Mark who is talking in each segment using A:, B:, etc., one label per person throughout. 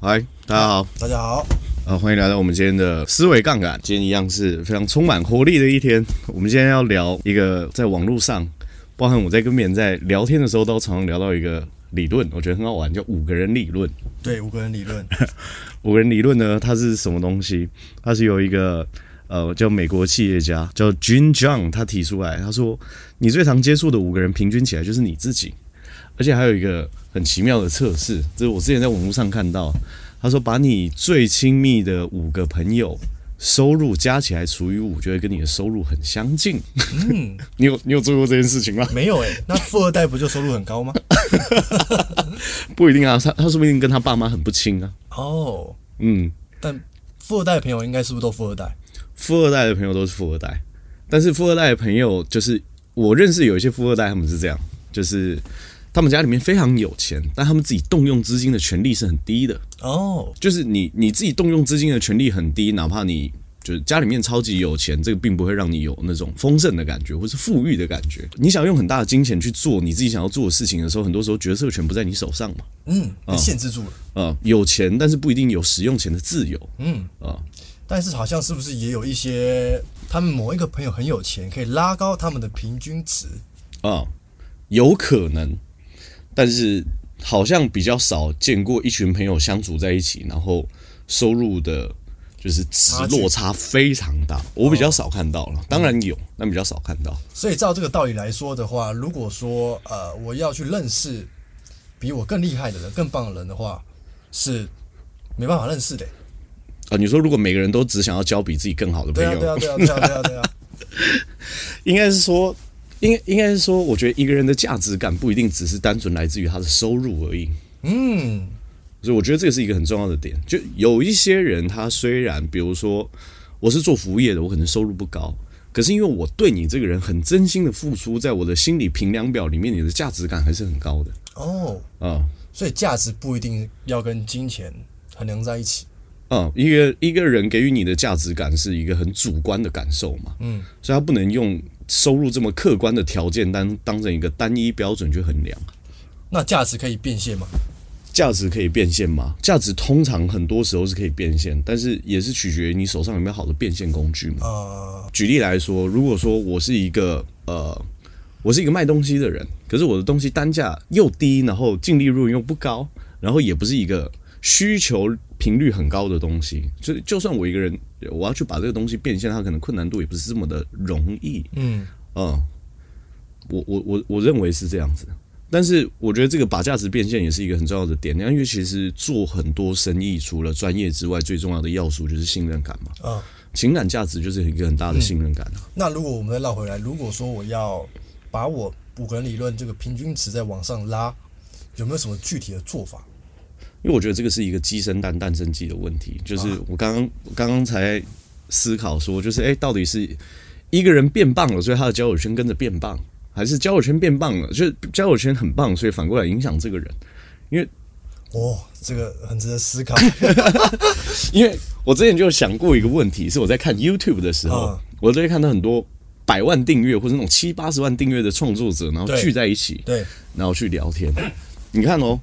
A: 嗨，大家好，
B: 大家好，
A: 啊，欢迎来到我们今天的思维杠杆。今天一样是非常充满活力的一天。我们今天要聊一个在网络上，包含我在跟别人在聊天的时候，都常常聊到一个理论，我觉得很好玩，叫五个人理论。
B: 对五个人理论，
A: 五个人理论呢，它是什么东西？它是由一个呃叫美国企业家叫 Jim John 他提出来，他说你最常接触的五个人平均起来就是你自己，而且还有一个很奇妙的测试，这是我之前在网络上看到，他说把你最亲密的五个朋友。收入加起来除以五，就会跟你的收入很相近。 你有你有做过这件事情吗？
B: 没有哎、那富二代不就收入很高吗？
A: 不一定啊，他他说不定跟他爸妈很不亲啊。
B: 哦，
A: 嗯，
B: 但富二代的朋友应该是不是都富二代？
A: 富二代的朋友都是富二代，但是富二代的朋友就是我认识有一些富二代，他们是这样，就是他们家里面非常有钱，但他们自己动用资金的权利是很低的，
B: 哦，
A: 就是你你自己动用资金的权利很低，哪怕你。就是家里面超级有钱，这个并不会让你有那种丰盛的感觉，或是富裕的感觉。你想用很大的金钱去做你自己想要做的事情的时候，很多时候决策权不在你手上嘛。
B: 嗯，被限制住了。
A: 呃，有钱，但是不一定有使用钱的自由。嗯，啊、
B: 但是好像是不是也有一些他们某一个朋友很有钱，可以拉高他们的平均值？
A: 啊、有可能，但是好像比较少见过一群朋友相处在一起，然后收入的，就是值
B: 差距
A: 落差非常大，我比较少看到了。当然
B: 嗯
A: 有，但比较少看到。
B: 所以照这个道理来说的话，如果说呃我要去认识比我更厉害的人、更棒的人的话，是没办法认识的、
A: 啊、你说如果每个人都只想要交比自己更好的朋
B: 对
A: 友，
B: 啊，对啊，对啊，对啊，对啊，对啊。
A: 应该是说，应应该是说，我觉得一个人的价值感不一定只是单纯来自于他的收入而已。
B: 嗯，
A: 所以我觉得这个是一个很重要的点。就有一些人，他虽然比如说我是做服务业的，我可能收入不高，可是因为我对你这个人很真心的付出，在我的心理评量表里面，你的价值感还是很高的
B: 哦，
A: 啊
B: 所以价值不一定要跟金钱衡量在一起。
A: 啊、一个一个人给予你的价值感是一个很主观的感受嘛，嗯，所以他不能用收入这么客观的条件当当成一个单一标准去衡量。
B: 那价值可以变现吗？
A: 价值可以变现吗？价值通常很多时候是可以变现，但是也是取决于你手上有没有好的变现工具嘛。
B: 呃，
A: 举例来说，如果说我是一个呃，我是一个卖东西的人，可是我的东西单价又低，然后净利润又不高，然后也不是一个需求频率很高的东西，所以就算我一个人我要去把这个东西变现，它可能困难度也不是这么的容易。
B: 嗯，
A: 嗯，我我我我认为是这样子。但是我觉得这个把价值变现也是一个很重要的点，因为其实做很多生意，除了专业之外，最重要的要素就是信任感嘛。
B: 嗯
A: 情感价值就是一个很大的信任感啊。
B: 那如果我们再绕回来，如果说我要把我五个人理论这个平均值再往上拉，有没有什么具体的做法？
A: 因为我觉得这个是一个鸡生蛋蛋生鸡的问题，就是我刚刚我刚刚才思考说，就是诶，到底是一个人变棒了，所以他的交友圈跟着变棒，还是交友圈变棒了，就是交友圈很棒，所以反过来影响这个人？
B: 哦，这个很值得思考。
A: 因为我之前就想过一个问题，是我在看 YouTube 的时候
B: 嗯，
A: 我就会看到很多百万订阅或者那种七八十万订阅的创作者，然后
B: 对
A: 聚在一起，
B: 对，
A: 然后去聊天。你看哦，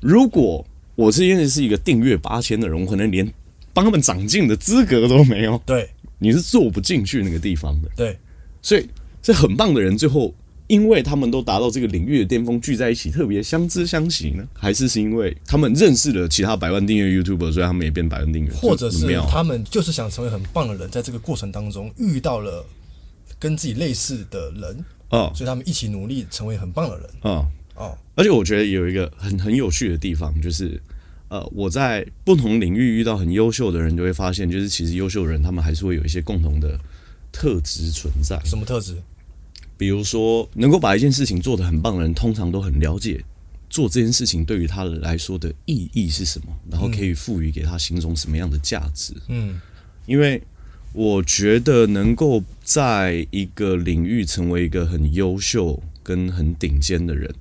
A: 如果我之前是一个订阅八千的人，我可能连帮他们长进的资格都没有。
B: 对，
A: 你是做不进去那个地方的。
B: 对，
A: 所以，这很棒的人最后因为他们都达到这个领域的巅峰，聚在一起特别相知相惜呢？还是是因为他们认识了其他百万订阅 YouTuber，所以他们也变百万订阅？
B: 或者
A: 这很
B: 是
A: 妙啊
B: 他们就是想成为很棒的人，在这个过程当中遇到了跟自己类似的人，
A: 哦
B: 所以他们一起努力成为很棒的人。
A: 哦
B: 哦，
A: 而且我觉得有一个很很有趣的地方，就是呃，我在不同领域遇到很优秀的人，就会发现，就是其实优秀的人他们还是会有一些共同的特质存在。
B: 什么特质？
A: 比如说，能够把一件事情做得很棒的人，通常都很了解做这件事情对于他来说的意义是什么，然后可以赋予给他心中什么样的价值。
B: 嗯，
A: 因为我觉得能够在一个领域成为一个很优秀跟很顶尖的人，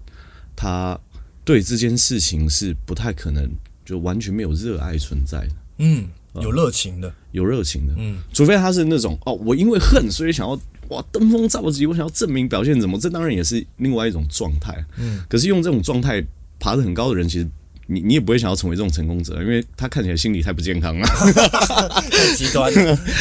A: 他对这件事情是不太可能就完全没有热爱存在的。
B: 嗯，有热情的，
A: 有热情的，嗯，除非他是那种哦，我因为恨，所以想要哇登峰造极，我想要证明表现怎么，这当然也是另外一种状态，嗯，可是用这种状态爬得很高的人，其实你你也不会想要成为这种成功者，因为他看起来心理太不健康了，
B: 太极 端。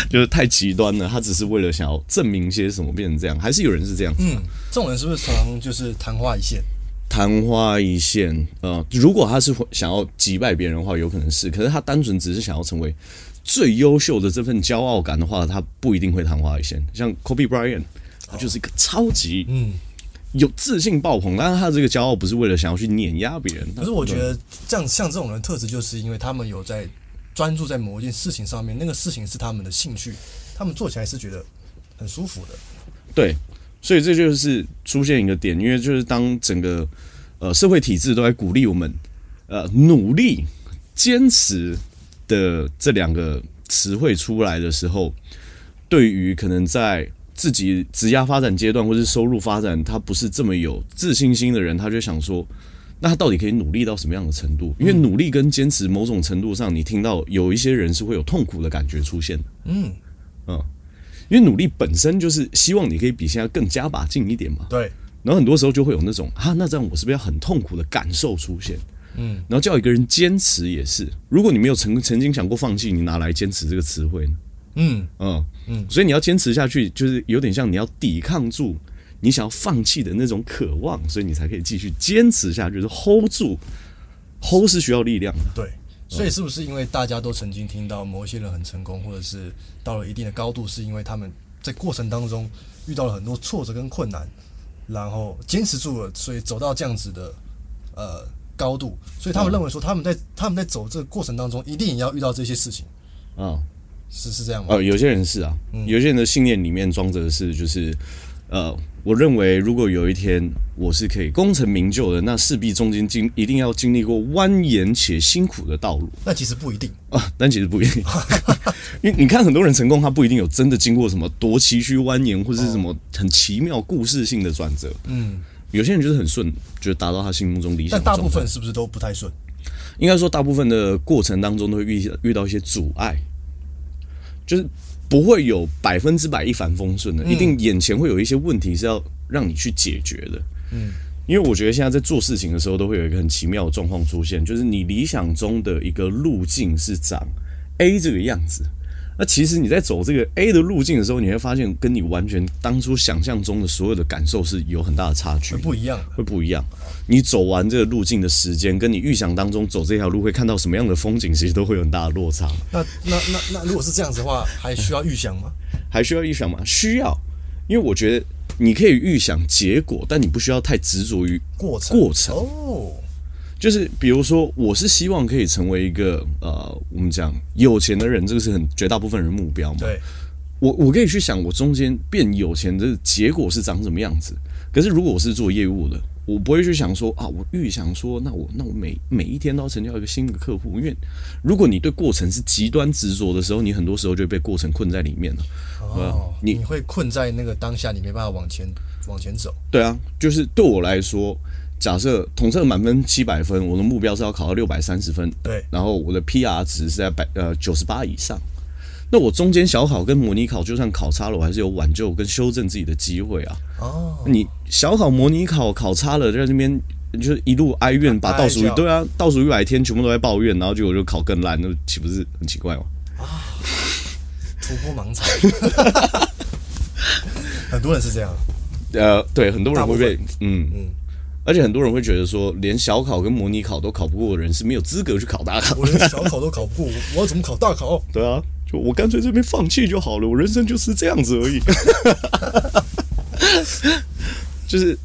A: 就是太极端了，他只是为了想要证明些什么变成这样，还是有人是这样子，
B: 嗯，这种人是不是常常就是昙花一现？
A: 昙花一现，呃，如果他是想要击败别人的话，有可能是，可是他单纯只是想要成为。最优秀的这份骄傲感的话，他不一定会昙花一现。像 Kobe Bryant，他就是一个超级
B: 嗯，
A: 有自信爆棚，但是他这个骄傲不是为了想要去碾压别人。啊
B: 可
A: 可
B: 是我觉得这样像这种人的特质，就是因为他们有在专注在某一件事情上面，那个事情是他们的兴趣，他们做起来是觉得很舒服的。
A: 对，所以这就是出现一个点，因为就是当整个呃社会体制都在鼓励我们呃努力、坚持的这两个词汇出来的时候，对于可能在自己职业发展阶段或是收入发展，他不是这么有自信心的人，他就想说。那他到底可以努力到什么样的程度？因为努力跟坚持，某种程度上，你听到有一些人是会有痛苦的感觉出现的。
B: 嗯，
A: 因为努力本身就是希望你可以比现在更加把劲一点嘛。
B: 对，
A: 然后很多时候就会有那种啊，那这样我是不是要很痛苦的感受出现？嗯，然后叫一个人坚持也是，如果你没有曾曾经想过放弃，你哪来坚持这个词汇呢？
B: 嗯
A: 嗯嗯，所以你要坚持下去，就是有点像你要抵抗住你想要放弃的那种渴望，所以你才可以继续坚持下去，就是 hold 住，hold 是需要力量的。
B: 对。所以是不是因为大家都曾经听到某一些人很成功，或者是到了一定的高度，是因为他们在过程当中遇到了很多挫折跟困难，然后坚持住了，所以走到这样子的呃高度，所以他们认为说他们在他们在走这个过程当中，一定也要遇到这些事情，
A: 啊、
B: 是是这样吗？
A: 呃，有些人是啊，
B: 嗯
A: 有些人的信念里面装着的是，就是呃，我认为如果有一天我是可以功成名就的，那势必中间经一定要经历过蜿蜒且辛苦的道路
B: 那其实不一定，
A: 啊。但其实不一 定，因为你看很多人成功，他不一定有真的经过什么多崎岖蜿蜒，或是什么很奇妙故事性的转折。
B: 哦嗯，
A: 有些人就是很顺，就达到他心目中理想
B: 但
A: 的状态。
B: 大部分是不是都不太顺？
A: 应该说大部分的过程当中都会遇遇到一些阻碍，就是不会有百分之百一帆风顺的，一定眼前会有一些问题是要让你去解决的。嗯，因为我觉得现在在做事情的时候，都会有一个很奇妙的状况出现，就是你理想中的一个路径是长 A 这个样子。那其实你在走这个 A 的路径的时候，你会发现跟你完全当初想象中的所有的感受是有很大的差距的。
B: 不一样的，
A: 会不一样。你走完这个路径的时间，跟你预想当中走这条路会看到什么样的风景，其实都会有很大的落差。
B: 那那那那如果是这样子的话， 还需要预想吗？
A: 还需要预想吗？需要，因为我觉得你可以预想结果，但你不需要太执着于
B: 过程
A: 过程
B: 哦，
A: 就是比如说，我是希望可以成为一个呃，我们讲有钱的人，这个是很绝大部分人目标嘛。
B: 对，
A: 我我可以去想，我中间变有钱的结果是长什么样子。可是如果我是做业务的，我不会去想说啊，我预想说，那我那我每每一天都要成交一个新的客户，因为如果你对过程是极端执着的时候，你很多时候就会被过程困在里面了。
B: 哦，
A: 啊你
B: 你会困在那个当下，你没办法往前往前走。
A: 对啊，就是对我来说，假设统测满分七百分，我的目标是要考到六百三十分，
B: 对
A: 然后我的 PR 值是在百呃九十八以上。那我中间小考跟模拟考，就算考差了，我还是有挽救跟修正自己的机会啊。
B: 哦，
A: 你小考、模拟考考差了，在那边就是一路哀怨，把倒数
B: 哀叫
A: 对啊，倒数一百天全部都在抱怨，然后结果就考更烂，那岂不是很奇怪吗？
B: 突破盲场，很多人是这样。啊
A: 呃，对，很多人会被
B: 大部
A: 嗯嗯，而且很多人会觉得说，连小考跟模拟考都考不过的人是没有资格去考大考
B: 我。连小考都考不过，我我要怎么考大考？
A: 对啊，就我干脆这边放弃就好了，我人生就是这样子而已。就是，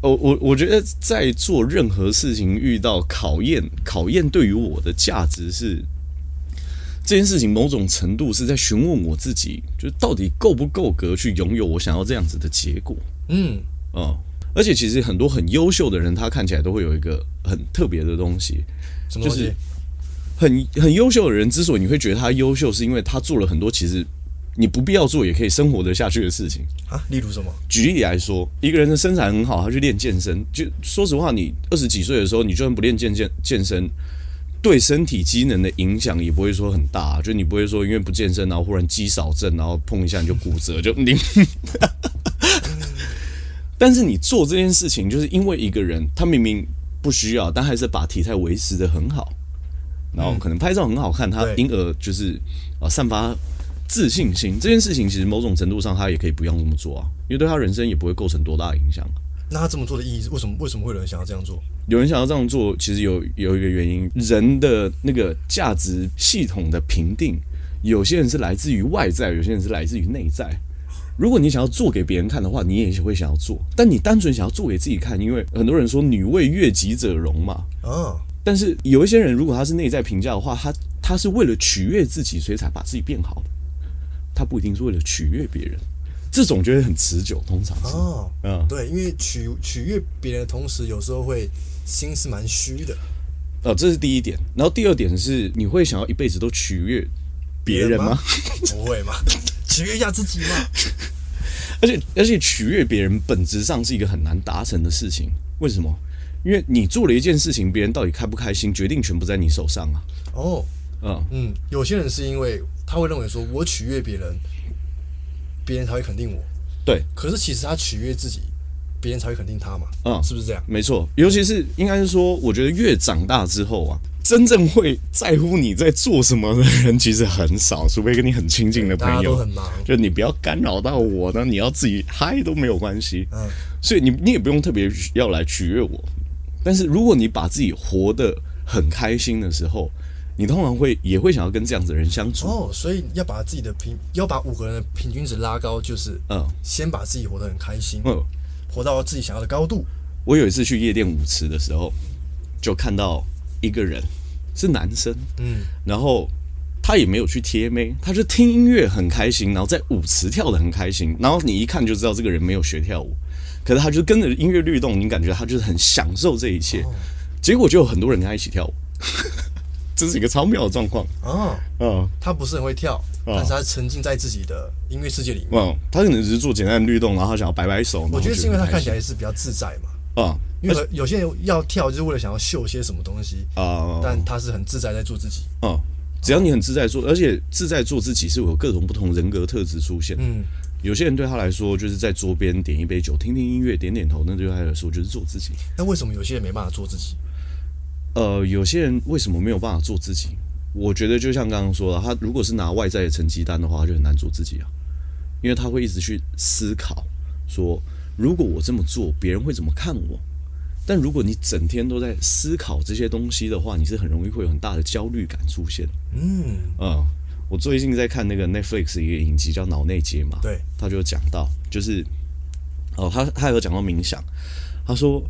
A: 我我我觉得在做任何事情遇到考验，考验对于我的价值是这件事情某种程度是在询问我自己，就是到底够不够格去拥有我想要这样子的结果。
B: 嗯，
A: 嗯，而且其实很多很优秀的人，他看起来都会有一个很特别的东西，
B: 什么
A: 就
B: 东西？
A: 是很很优秀的人，之所以你会觉得他优秀，是因为他做了很多其实你不必要做也可以生活得下去的事情。
B: 啊，例如什么？
A: 举例来说，一个人的身材很好，他去练健身，就说实话，你二十几岁的时候，你就算不练健健健身，对身体机能的影响也不会说很大，啊就你不会说因为不健身，然后忽然肌少症，然后碰一下你就骨折，就你。 但是你做这件事情，就是因为一个人他明明不需要，但还是把体态维持的很好，然后可能拍照很好看，他
B: 对
A: 因而就是呃散发自信心。这件事情其实某种程度上他也可以不用这么做啊，因为对他人生也不会构成多大的影响啊。
B: 那他这么做的意义是为什么？为什么会有人想要这样做？
A: 有人想要这样做，其实有有一个原因，人的那个价值系统的评定，有些人是来自于外在，有些人是来自于内在。如果你想要做给别人看的话，你也会想要做，但你单纯想要做给自己看，因为很多人说“女为悦己者容”嘛。
B: 啊，
A: 但是有一些人，如果他是内在评价的话，他他是为了取悦自己，所以才把自己变好的，他不一定是为了取悦别人。这种就会很持久，通常是。
B: 哦，
A: 嗯
B: 对，因为取取悦别人的同时，有时候会心是蛮虚的，
A: 呃，这是第一点。然后第二点是，你会想要一辈子都取悦别人吗？？
B: 不会嘛，取悦一下自己嘛。
A: 而且而且取悦别人本质上是一个很难达成的事情。为什么？因为你做了一件事情，别人到底开不开心，决定权不在你手上啊。
B: 哦，
A: 嗯，
B: 嗯，有些人是因为他会认为说我取悦别人，别人才会肯定我，
A: 对，
B: 可是其实他取悦自己，别人才会肯定他嘛，
A: 嗯
B: 是不是这样？
A: 没错。尤其是应该是说，我觉得越长大之后啊，真正会在乎你在做什么的人其实很少，除非跟你很亲近的朋
B: 大家
A: 友。
B: 都很忙，
A: 就你不要干扰到我，那你要自己嗨都没有关系。
B: 嗯
A: 所以你你也不用特别要来取悦我。但是如果你把自己活得很开心的时候，你通常会也会想要跟这样子的人相处。
B: 哦，所以要把自己的平，要把五个人的平均值拉高，就是
A: 嗯
B: 先把自己活得很开心，
A: 嗯，
B: 活到自己想要的高度。
A: 我有一次去夜店舞池的时候，就看到一个人是男生，
B: 嗯，
A: 然后他也没有去贴妹，他就听音乐很开心，然后在舞池跳得很开心，然后你一看就知道这个人没有学跳舞，可是他就跟着音乐律动，你感觉他就是很享受这一切，
B: 哦
A: 结果就有很多人跟他一起跳舞， 这是一个超妙的状况，
B: 哦，
A: 嗯。
B: 他不是很会跳，但是他沉浸在自己的音乐世界里面。
A: 嗯，他可能只是做简单的律动，然后他想要摆摆手。然后
B: 我觉得是因为他看起
A: 来
B: 来是比较自在嘛，
A: 啊
B: 因为有些人要跳就是为了想要秀些什么东西，
A: 啊
B: 但他是很自在在做自己。
A: 啊！只要你很自在做，而且自在做自己是有各种不同人格特质出现。
B: 嗯，
A: 有些人对他来说，就是在桌边点一杯酒，听听音乐，点点头，那对他来说就是做自己。
B: 那为什么有些人没办法做自己？
A: 呃，有些人为什么没有办法做自己？我觉得就像刚刚说的，他如果是拿外在的成绩单的话，他就很难做自己啊，因为他会一直去思考说，如果我这么做，别人会怎么看我？但如果你整天都在思考这些东西的话，你是很容易会有很大的焦虑感出现。
B: 嗯，
A: 嗯，我最近在看那个 Netflix 一个影集叫《脑内结》嘛，
B: 对，
A: 他就讲到，就是哦，他他有讲到冥想，他说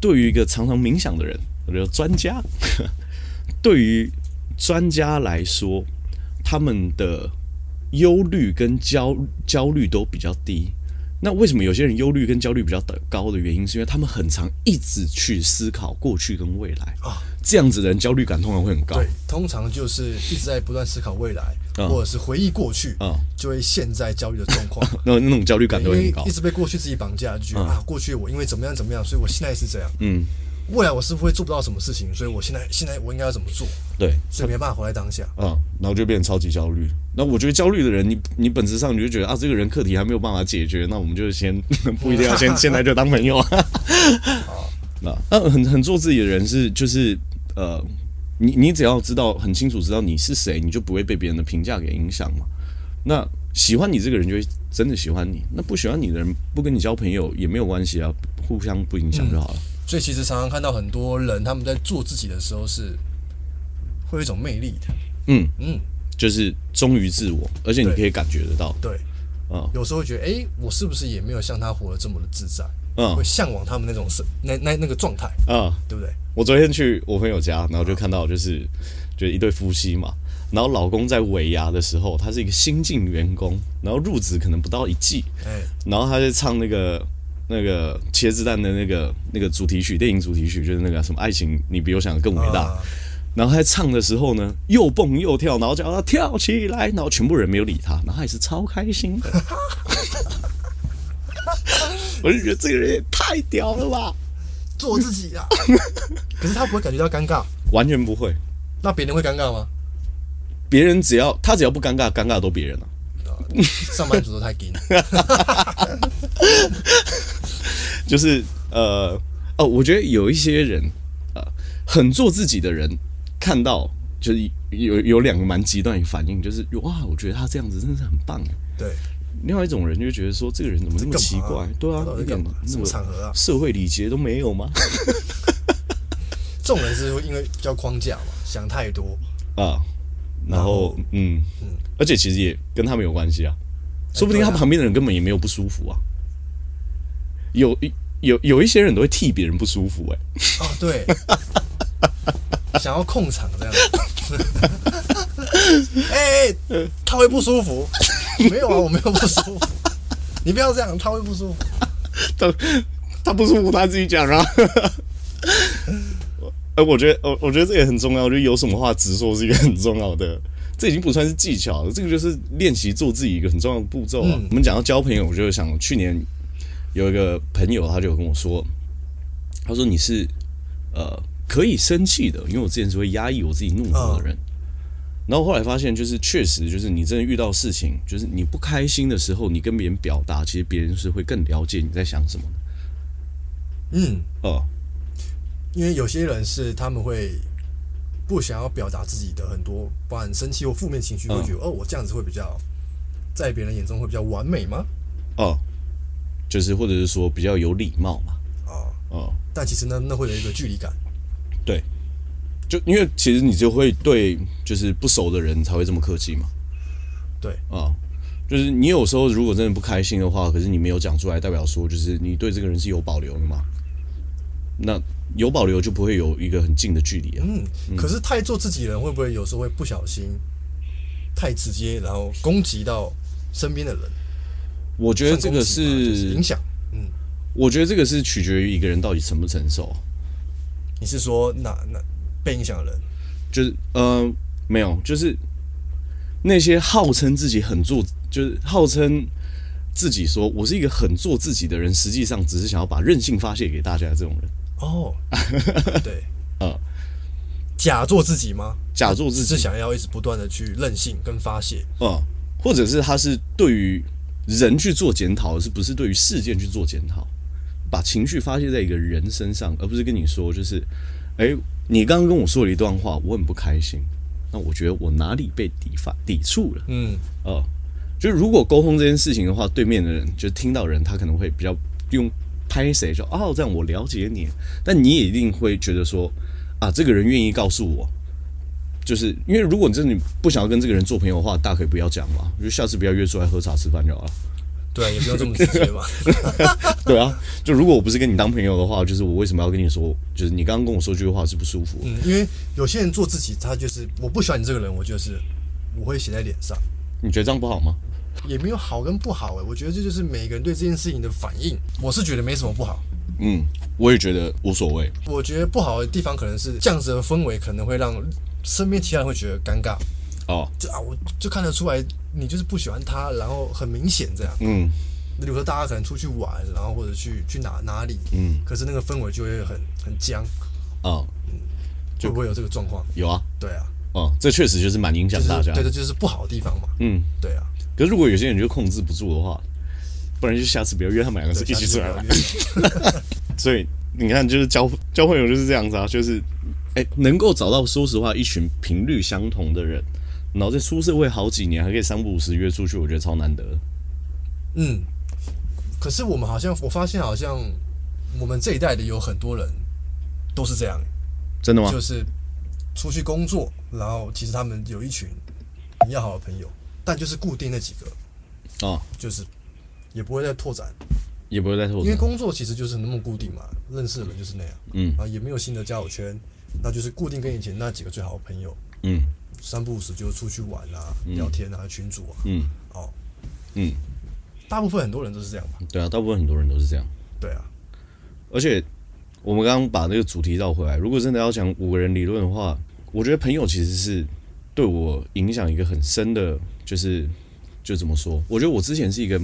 A: 对于一个常常冥想的人，我觉得专家， 对于专家来说，他们的忧虑跟焦焦虑都比较低。那为什么有些人忧虑跟焦虑比较的高的原因，是因为他们很常一直去思考过去跟未来
B: 啊
A: 这样子的人焦虑感通常会很高。
B: 对，通常就是一直在不断思考未来，
A: 嗯
B: 或者是回忆过去，
A: 嗯
B: 就会陷在焦虑的状况。
A: 那那种焦虑感
B: 因
A: 都会
B: 为
A: 很高
B: 一。直被过去自己绑架，就觉得、啊，过去我因为怎么样怎么样，所以我现在是这样。
A: 哦嗯，
B: 未来我是不会做不到什么事情，所以我现在现在我应该要怎么做，
A: 对，
B: 所以没办法活在当下。
A: 啊、然后就变成超级焦虑。那我觉得焦虑的人，你你本质上你就觉得啊，这个人课题还没有办法解决，那我们就先 不一定要先现在就当朋友啊。那那很很做自己的人是就是呃，你你只要知道很清楚知道你是谁，你就不会被别人的评价给影响嘛。那喜欢你这个人就会真的喜欢你，那不喜欢你的人不跟你交朋友也没有关系啊，互相不影响就好了。
B: 所以其实常常看到很多人他们在做自己的时候是会有一种魅力的，
A: 嗯，
B: 嗯，
A: 就是忠于自我，而且你
B: 对
A: 可以感觉得到，
B: 对，
A: 嗯
B: 有时候会觉得，诶，我是不是也没有像他活得这么的自在？
A: 嗯
B: 会向往他们那种是那那那个状态，
A: 啊、
B: 对不对？
A: 我昨天去我朋友家，然后就看到就是就一对夫妻嘛，然后老公在尾牙的时候，他是一个新进员工，然后入职可能不到一季，
B: 哎，
A: 然后他在唱那个那个茄子蛋的那个那个主题曲，电影主题曲就是那个什么爱情你比我想的更伟大。
B: 啊
A: 然后他在唱的时候呢，又蹦又跳，然后叫他跳起来，然后全部人没有理他，然后他也是超开心的。 我就觉得这个人也太屌了吧！
B: 做自己啊。 可是他不会感觉到尴尬，
A: 完全不会，
B: 那别人会尴尬吗？
A: 别人只要他只要不尴尬，尴尬都别人了、啊。
B: 啊上班族都 太硬，
A: 就是呃哦，我觉得有一些人呃很做自己的人，看到就是有有两个蛮极端的反应，就是哇，我觉得他这样子真的是很棒耶。
B: 对，
A: 另外一种人就觉得说，这个人怎么那么
B: 这干嘛
A: 奇怪？对啊
B: 他到，底
A: 一点
B: 干嘛什么场合啊
A: 社会礼节都没有吗？
B: 这种人是会因为比较框架嘛，想太多，嗯
A: 啊，然后嗯，而且其实也跟他们有关系啊，说不定他
B: 对啊
A: 旁边的人根本也没有不舒服啊。有有有一些人都会替别人不舒服哎、
B: 哦，对，想要控场这样。哎、欸，他会不舒服？没有啊，我没有不舒服。你不要这样，他会不舒服。
A: 他他不舒服他自己讲啊。 呃，我觉得我我觉得这个很重要，我觉得有什么话直说是一个很重要的，这已经不算是技巧了，这个就是练习做自己一个很重要的步骤啊。我们讲到交朋友，我就想去年有一个朋友，他就有跟我说，他说你是呃可以生气的，因为我之前是会压抑我自己怒火的人。然后后来发现，就是确实，就是你真的遇到事情，就是你不开心的时候，你跟别人表达，其实别人是会更了解你在想什么的。
B: 嗯，
A: 哦、
B: 因为有些人是他们会不想要表达自己的很多，包含生气或负面情绪，会觉得、哦，我这样子会比较在别人眼中会比较完美吗？
A: 哦、就是或者是说比较有礼貌嘛。
B: 哦，
A: 哦、
B: 但其实呢，那会有一个距离感。
A: 对，就因为其实你就会对就是不熟的人才会这么客气嘛。
B: 对，
A: 啊、就是你有时候如果真的不开心的话，可是你没有讲出来，代表说就是你对这个人是有保留的嘛。那有保留就不会有一个很近的距离啊。
B: 嗯，可是太做自己人，会不会有时候会不小心太直接，然后攻击到身边的人？
A: 我觉得这个
B: 算攻击吗就是影响。嗯，
A: 我觉得这个是取决于一个人到底承不啊承受。
B: 你是说哪哪被影响的人？
A: 就是呃，没有，就是那些号称自己很做，就是号称自己说我是一个很做自己的人，实际上只是想要把任性发泄给大家的这种人，
B: 哦， 对，
A: 啊，
B: 假做自己吗？
A: 假做自
B: 只
A: 己
B: 是想要一直不断的去任性跟发泄。
A: 啊、或者是他是对于人去做检讨，而是不是对于事件去做检讨？把情绪发泄在一个人身上，而不是跟你说就是，诶，你刚刚跟我说了一段话，我很不开心，那我觉得我哪里被抵发抵触了。
B: 嗯，
A: 哦，就是如果沟通这件事情的话，对面的人就听到人，他可能会比较用拍谁说哦，这样我了解你，但你也一定会觉得说啊，这个人愿意告诉我，就是因为如果你真的不想要跟这个人做朋友的话，大可以不要讲嘛，就下次不要约出来喝茶吃饭就好了。
B: 对啊，也不用这么直接 嘛。
A: 对啊，就如果我不是跟你当朋友的话，就是我为什么要跟你说，就是你刚刚跟我说这句话是不舒服的？
B: 嗯，因为有些人做自己，他就是我不喜欢你这个人，我就是我会写在脸上，
A: 你觉得这样不好吗？
B: 也没有好跟不好哎、我觉得这就是每个人对这件事情的反应。我是觉得没什么不好，
A: 嗯，我也觉得无所谓。
B: 我觉得不好的地方可能是这样子的氛围，可能会让身边其他人会觉得尴尬。
A: 哦，
B: 就啊，我就看得出来，你就是不喜欢他，然后很明显这样。
A: 嗯，
B: 比如说大家可能出去玩，然后或者去去哪哪里，嗯，可是那个氛围就会很很僵，
A: 啊、
B: 会不会有这个状况？
A: 有啊，
B: 对啊，
A: 哦，这确实就是蛮影
B: 就
A: 响
B: 是
A: 大家的。
B: 对，这就是不好的地方嘛。
A: 嗯。
B: 对啊，
A: 可是如果有些人就控制不住的话，不然就下次不要约他们两个
B: 对
A: 一起出来玩。
B: 下次
A: 所以你看，就是交交朋友就是这样子啊，就是哎、能够找到说实话一群频率相同的人，然后在出社会好几年，还可以三不五时约出去，我觉得超难得的。
B: 嗯，可是我们好像我发现好像我们这一代的有很多人都是这样，
A: 真的吗？
B: 就是出去工作，然后其实他们有一群很要好的朋友，但就是固定那几个，
A: 哦，
B: 就是也不会再拓展，
A: 也不会再拓
B: 因为
A: 展。
B: 工作其实就是那么固定嘛，认识的人就是那样，
A: 嗯
B: 啊，也没有新的交友圈，那就是固定跟以前那几个最好的朋友，
A: 嗯
B: 三不五时就出去玩啊、聊天啊、群主啊，
A: 嗯
B: 哦，
A: 嗯，
B: 大部分很多人都是这样吧？
A: 对啊，大部分很多人都是这样。
B: 对啊，
A: 而且我们刚刚把那个主题绕回来，如果真的要讲五个人理论的话，我觉得朋友其实是对我影响一个很深的，就是就怎么说？我觉得我之前是一个，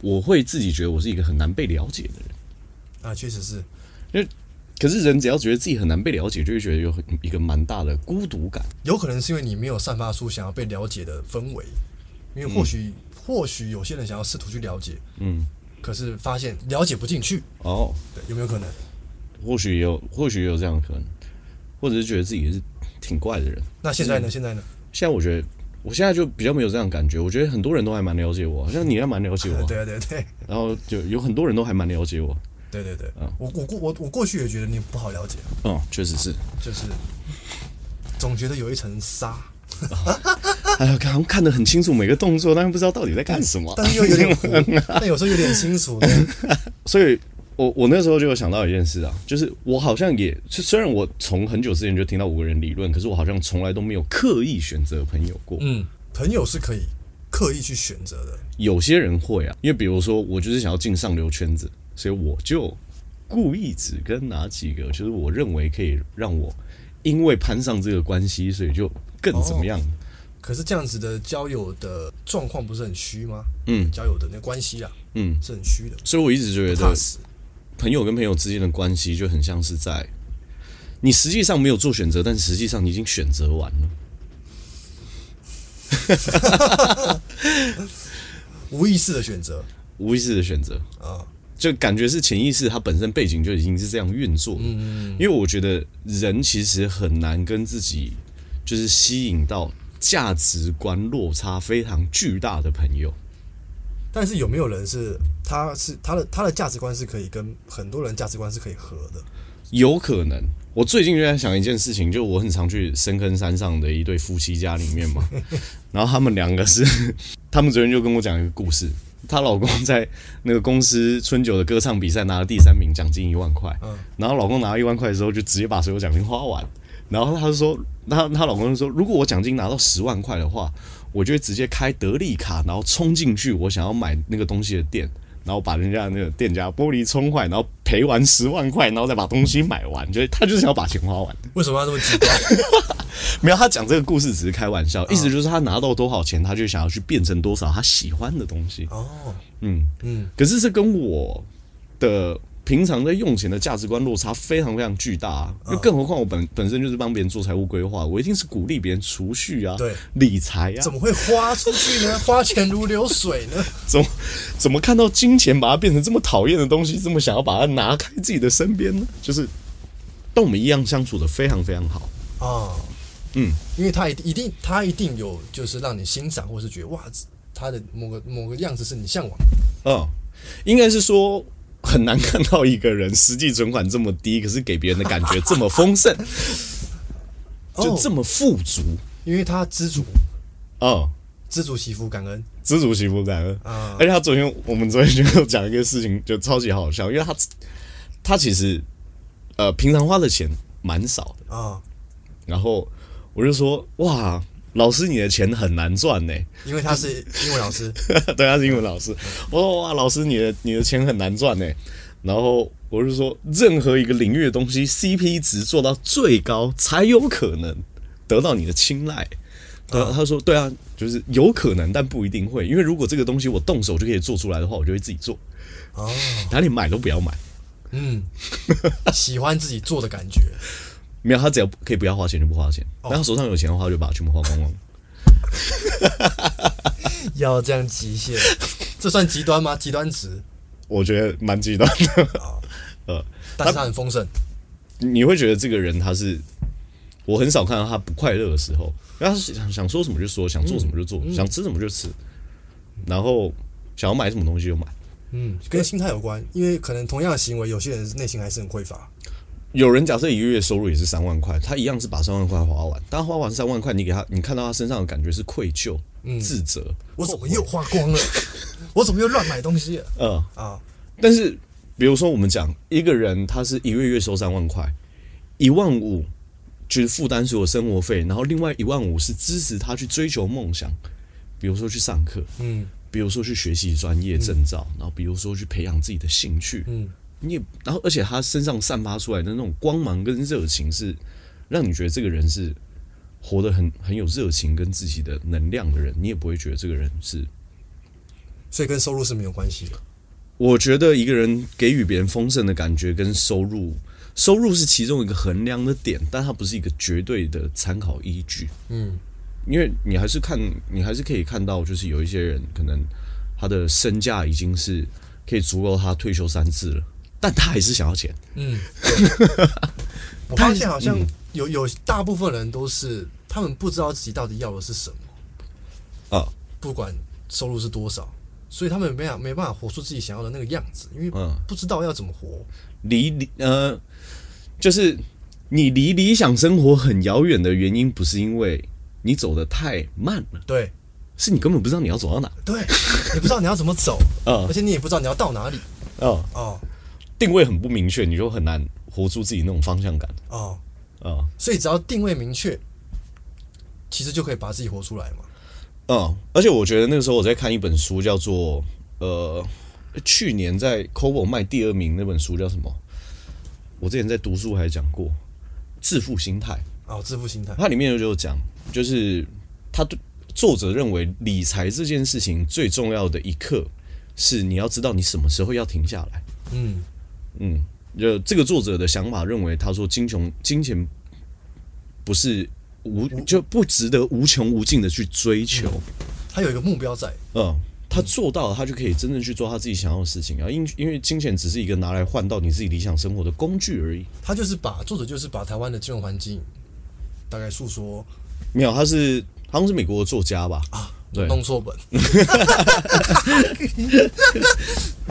A: 我会自己觉得我是一个很难被了解的人。
B: 啊，确实是，
A: 可是人只要觉得自己很难被了解，就会觉得有很一个蛮大的孤独感。
B: 有可能是因为你没有散发出想要被了解的氛围，因为或许、或许有些人想要试图去了解，
A: 嗯，
B: 可是发现了解不进去，
A: 哦，
B: 对，有没有可能？
A: 或许也有，或许也有这样的可能，或者是觉得自己是挺怪的人。
B: 那现
A: 嗯
B: 在呢？现在呢？
A: 现在我觉得，我现在就比较没有这样的感觉。我觉得很多人都还蛮了解我，好像你还蛮了解我，
B: 对啊，对啊对啊
A: 然后就有很多人都还蛮了解我。
B: 对对对，我我过我我过去也觉得你不好了解，
A: 嗯，确实是。
B: 就是总觉得有一层纱，
A: 哎呀，刚刚看得很清楚每个动作，但是不知道到底在干什么。
B: 但是又 有点糊，
A: 嗯啊
B: 但有时候有点清楚嗯的。
A: 所以我我那时候就有想到一件事啊，就是我好像也是，虽然我从很久之前就听到五个人理论，可是我好像从来都没有刻意选择朋友过。
B: 嗯，朋友是可以刻意去选择的，
A: 有些人会啊，因为比如说我就是想要进上流圈子，所以我就故意只跟哪几个，就是我认为可以让我因为攀上这个关系，所以就更怎么样。
B: 可是这样子的交友的状况不是很虚吗？
A: 嗯
B: 交友的那关系啊，
A: 嗯，
B: 是很虚的，
A: 所以我一直觉
B: 踏
A: 得
B: 实。
A: 朋友跟朋友之间的关系就很像是在你实际上没有做选择，但实际上你已经选择完了。
B: 无意识的选择
A: 无意识的选择，
B: 啊，
A: 就感觉是潜意识，它本身背景就已经是这样运作的。因为我觉得人其实很难跟自己就是吸引到价值观落差非常巨大的朋友。
B: 但是有没有人是他是他的他的价值观是可以跟很多人价值观是可以合的？
A: 有可能。我最近就在想一件事情，就我很常去深坑山上的一对夫妻家里面嘛，然后他们两个是， 他们昨天就跟我讲一个故事，她老公在那个公司春酒的歌唱比赛拿了第三名，奖金一万块，然后老公拿到一万块的时候就直接把所有奖金花完，然后她就说，她她老公就说，如果我奖金拿到十万块的话，我就会直接开德利卡，然后冲进去我想要买那个东西的店，然后把人家那个店家玻璃冲坏，然后赔完十万块，然后再把东西买完，就是他就是想要把钱花完。
B: 为什么要这么极端？
A: 没有，他讲这个故事只是开玩笑，意思就是他拿到多少钱，他就想要去变成多少他喜欢的东西。
B: 哦，
A: 可是这跟我的平常在用钱的价值观落差非常非常巨大、啊，
B: 嗯
A: 就更何况我本本身就是帮别人做财务规划，我一定是鼓励别人储蓄啊，
B: 对
A: 理财啊，
B: 怎么会花出去呢？花钱如流水呢？
A: 怎么怎么看到金钱把它变成这么讨厌的东西，这么想要把它拿开自己的身边呢？就是，但我们一样相处的非常非常好。
B: 啊，
A: 嗯，
B: 因为他一定一定他一定有就是让你欣赏或是觉得哇，他的某个某个样子是你向往的。
A: 嗯，应该是说很难看到一个人实际存款这么低，可是给别人的感觉这么丰 盛，
B: 哦
A: 就这么富足。
B: 因为他知足，
A: 嗯，
B: 知足惜福，感恩。
A: 知足媳妇感恩。
B: 啊
A: 而且他昨天，我们昨天就讲一个事情，就超级好笑，因为他他其实呃平常花的钱蛮少的。
B: 啊，
A: 然后我就说：“哇，老师，你的钱很难赚呢。
B: 因为他是英文老师，
A: 对，他是英文老师。我说：“哇，老师，你的你的钱很难赚呢。”然后我就说：“任何一个领域的东西，CP 值做到最高，才有可能得到你的青睐。”他他说：“对啊，就是有可能，但不一定会。因为如果这个东西我动手就可以做出来的话，我就会自己做。
B: 哦，
A: 他连买都不要买，
B: 嗯，喜欢自己做的感觉，
A: 没有他只要可以不要花钱就不花钱。然后手上有钱的话，就把它全部花光光。
B: 要这样极限，这算极端吗？极端值，
A: 我觉得蛮极端的。”
B: 但是他很丰盛，
A: 你会觉得这个人他是我很少看到他不快乐的时候，因为他是想想说什么就说，想做什么就做，想吃什么就吃，然后想要买什么东西就买。
B: 嗯，跟心态有关，因为可能同样的行为，有些人内心还是很匮乏。
A: 有人假设一个月收入也是三万块，他一样是把三万块花完，但花完三万块，你给他，你看到他身上的感觉是愧疚、自责，
B: 我怎么又花光了？我怎么又乱买东西了？
A: 呃，
B: 啊，
A: 但是，比如说我们讲一个人，他是一个月收三万块，一万五就是负担所有生活费，然后另外一万五是支持他去追求梦想，比如说去上课，
B: 嗯，
A: 比如说去学习专业证照，然后比如说去培养自己的兴趣，
B: 嗯，
A: 你也然后而且他身上散发出来的那种光芒跟热情是让你觉得这个人是活得很很有热情跟自己的能量的人，你也不会觉得这个人是
B: 所以跟收入是没有关系的。
A: 我觉得一个人给予别人丰盛的感觉跟收入，收入是其中一个衡量的点，但它不是一个绝对的参考依据。嗯，因为你还是看，你还是可以看到，就是有一些人可能他的身价已经是可以足够他退休三次了，但他还是想要钱。
B: 我发现好像
A: 嗯
B: 有有大部分人都是他们不知道自己到底要的是什么，
A: 啊，
B: 不管收入是多少，所以他们没法没办法活出自己想要的那个样子，因为
A: 嗯
B: 不知道要怎么活。
A: 离离呃，就是你离理想生活很遥远的原因，不是因为你走得太慢了，
B: 对
A: 是你根本不知道你要走到哪。
B: 对，你不知道你要怎么走，
A: 嗯
B: 而且你也不知道你要到哪里。
A: 哦、
B: 哦
A: 定位很不明确，你就很难活出自己那种方向感
B: 哦，
A: 啊
B: 所以只要定位明确，其实就可以把自己活出来嘛。
A: 嗯，而且我觉得那个时候我在看一本书，叫做呃，去年在 Kobo 卖第二名那本书叫什么？我之前在读书还讲过《致富心态》，
B: 哦，致富心态。
A: 它里面就有讲，就是他对作者认为理财这件事情最重要的一课是你要知道你什么时候要停下来。
B: 嗯
A: 嗯，就这个作者的想法认为，他说金穷金钱不是无就不值得无穷无尽的去追求。
B: 他有一个目标在，
A: 嗯，他做到了，他就可以真正去做他自己想要的事情啊。因因为金钱只是一个拿来换到你自己理想生活的工具而已。
B: 他就是把作者就是把台湾的金融环境大概诉说
A: 没有，他是好像是美国的作家吧？
B: 啊，
A: 对
B: 弄错本，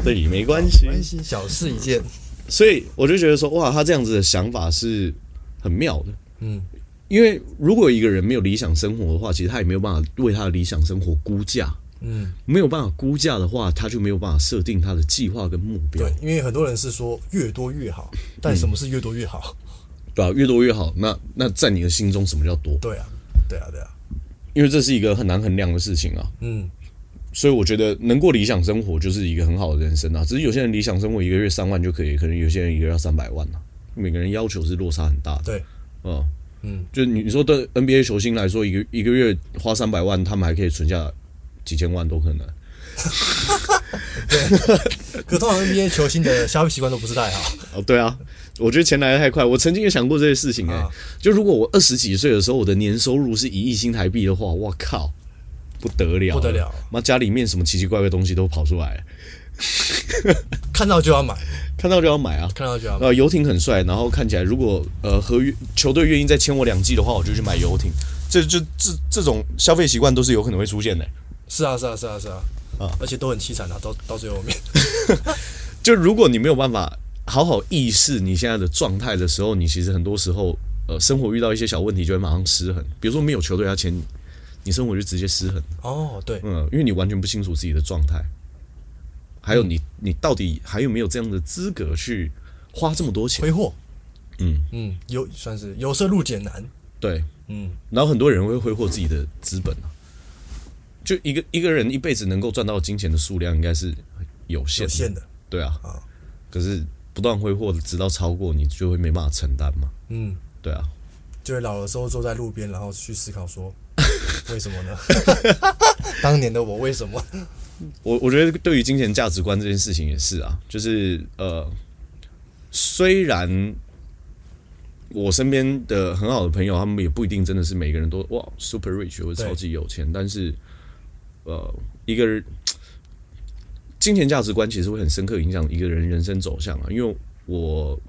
A: 对，没关系。
B: 关系小事一件。
A: 所以我就觉得说，哇，他这样子的想法是很妙的。
B: 嗯，
A: 因为如果一个人没有理想生活的话，其实他也没有办法为他的理想生活估价。
B: 嗯，
A: 没有办法估价的话，他就没有办法设定他的计划跟目标
B: 对，，因为很多人是说越多越好，但什么是越多越好？
A: 嗯对吧、越多越好。那那在你的心中，什么叫多？
B: 对啊，对啊，对啊，
A: 因为这是一个很难衡量的事情啊。
B: 嗯，
A: 所以我觉得能过理想生活就是一个很好的人生啊。只是有些人理想生活一个月三万就可以，可能有些人一个月要三百万啊。每个人要求是落差很大的。
B: 对，
A: 嗯，
B: 嗯，
A: 就你说对 NBA 球星来说，一个一个月花三百万，他们还可以存下几千万都可能。
B: 可通常 NBA 球星的消费习惯都不是太好。
A: 哦，对啊，我觉得钱来的太快。我曾经也想过这些事情哎、
B: 啊
A: 就如果我二十几岁的时候，我的年收入是一亿新台币的话，我靠，不得了，啊
B: 不得了！
A: 妈，家里面什么奇奇怪怪的东西都跑出来，
B: 看到就要买，
A: 看到就要买啊。
B: 看到就要买。
A: 呃，游艇很帅，然后看起来如果呃合约球队愿意再签我两季的话，我就去买游艇。这就这这种消费习惯都是有可能会出现的、
B: 是啊，是啊，是啊，是啊，
A: 嗯
B: 而且都很凄惨啊，到到最后面。
A: 就如果你没有办法好好意识你现在的状态的时候，你其实很多时候，呃，生活遇到一些小问题就会马上失衡。比如说没有球队要签你，你生活就直接失衡。
B: 哦，对，
A: 嗯，因为你完全不清楚自己的状态，还有你你到底还有没有这样的资格去花这么多钱？
B: 挥霍，
A: 嗯
B: 嗯，有算是由奢入俭难。
A: 对，
B: 嗯，
A: 然后很多人会挥霍自己的资本啊。就一个一个人一辈子能够赚到金钱的数量应该是有限
B: 有
A: 的，
B: 限的。
A: 对啊
B: 啊。
A: 可是不断挥霍，直到超过你就会没办法承担嘛。
B: 嗯，
A: 对啊，
B: 就会老的时候坐在路边，然后去思 考说，为什么呢？ 当年的我为什么？
A: 我我觉得对于金钱价值观这件事情也是啊，就是呃，虽然我身边的很好的朋友，他们也不一定真的是每个人都哇 super rich 或者
B: 对
A: 超级有钱，但是呃，一个人金钱价值观其实会很深刻影响一个人人生走向啊，因为我。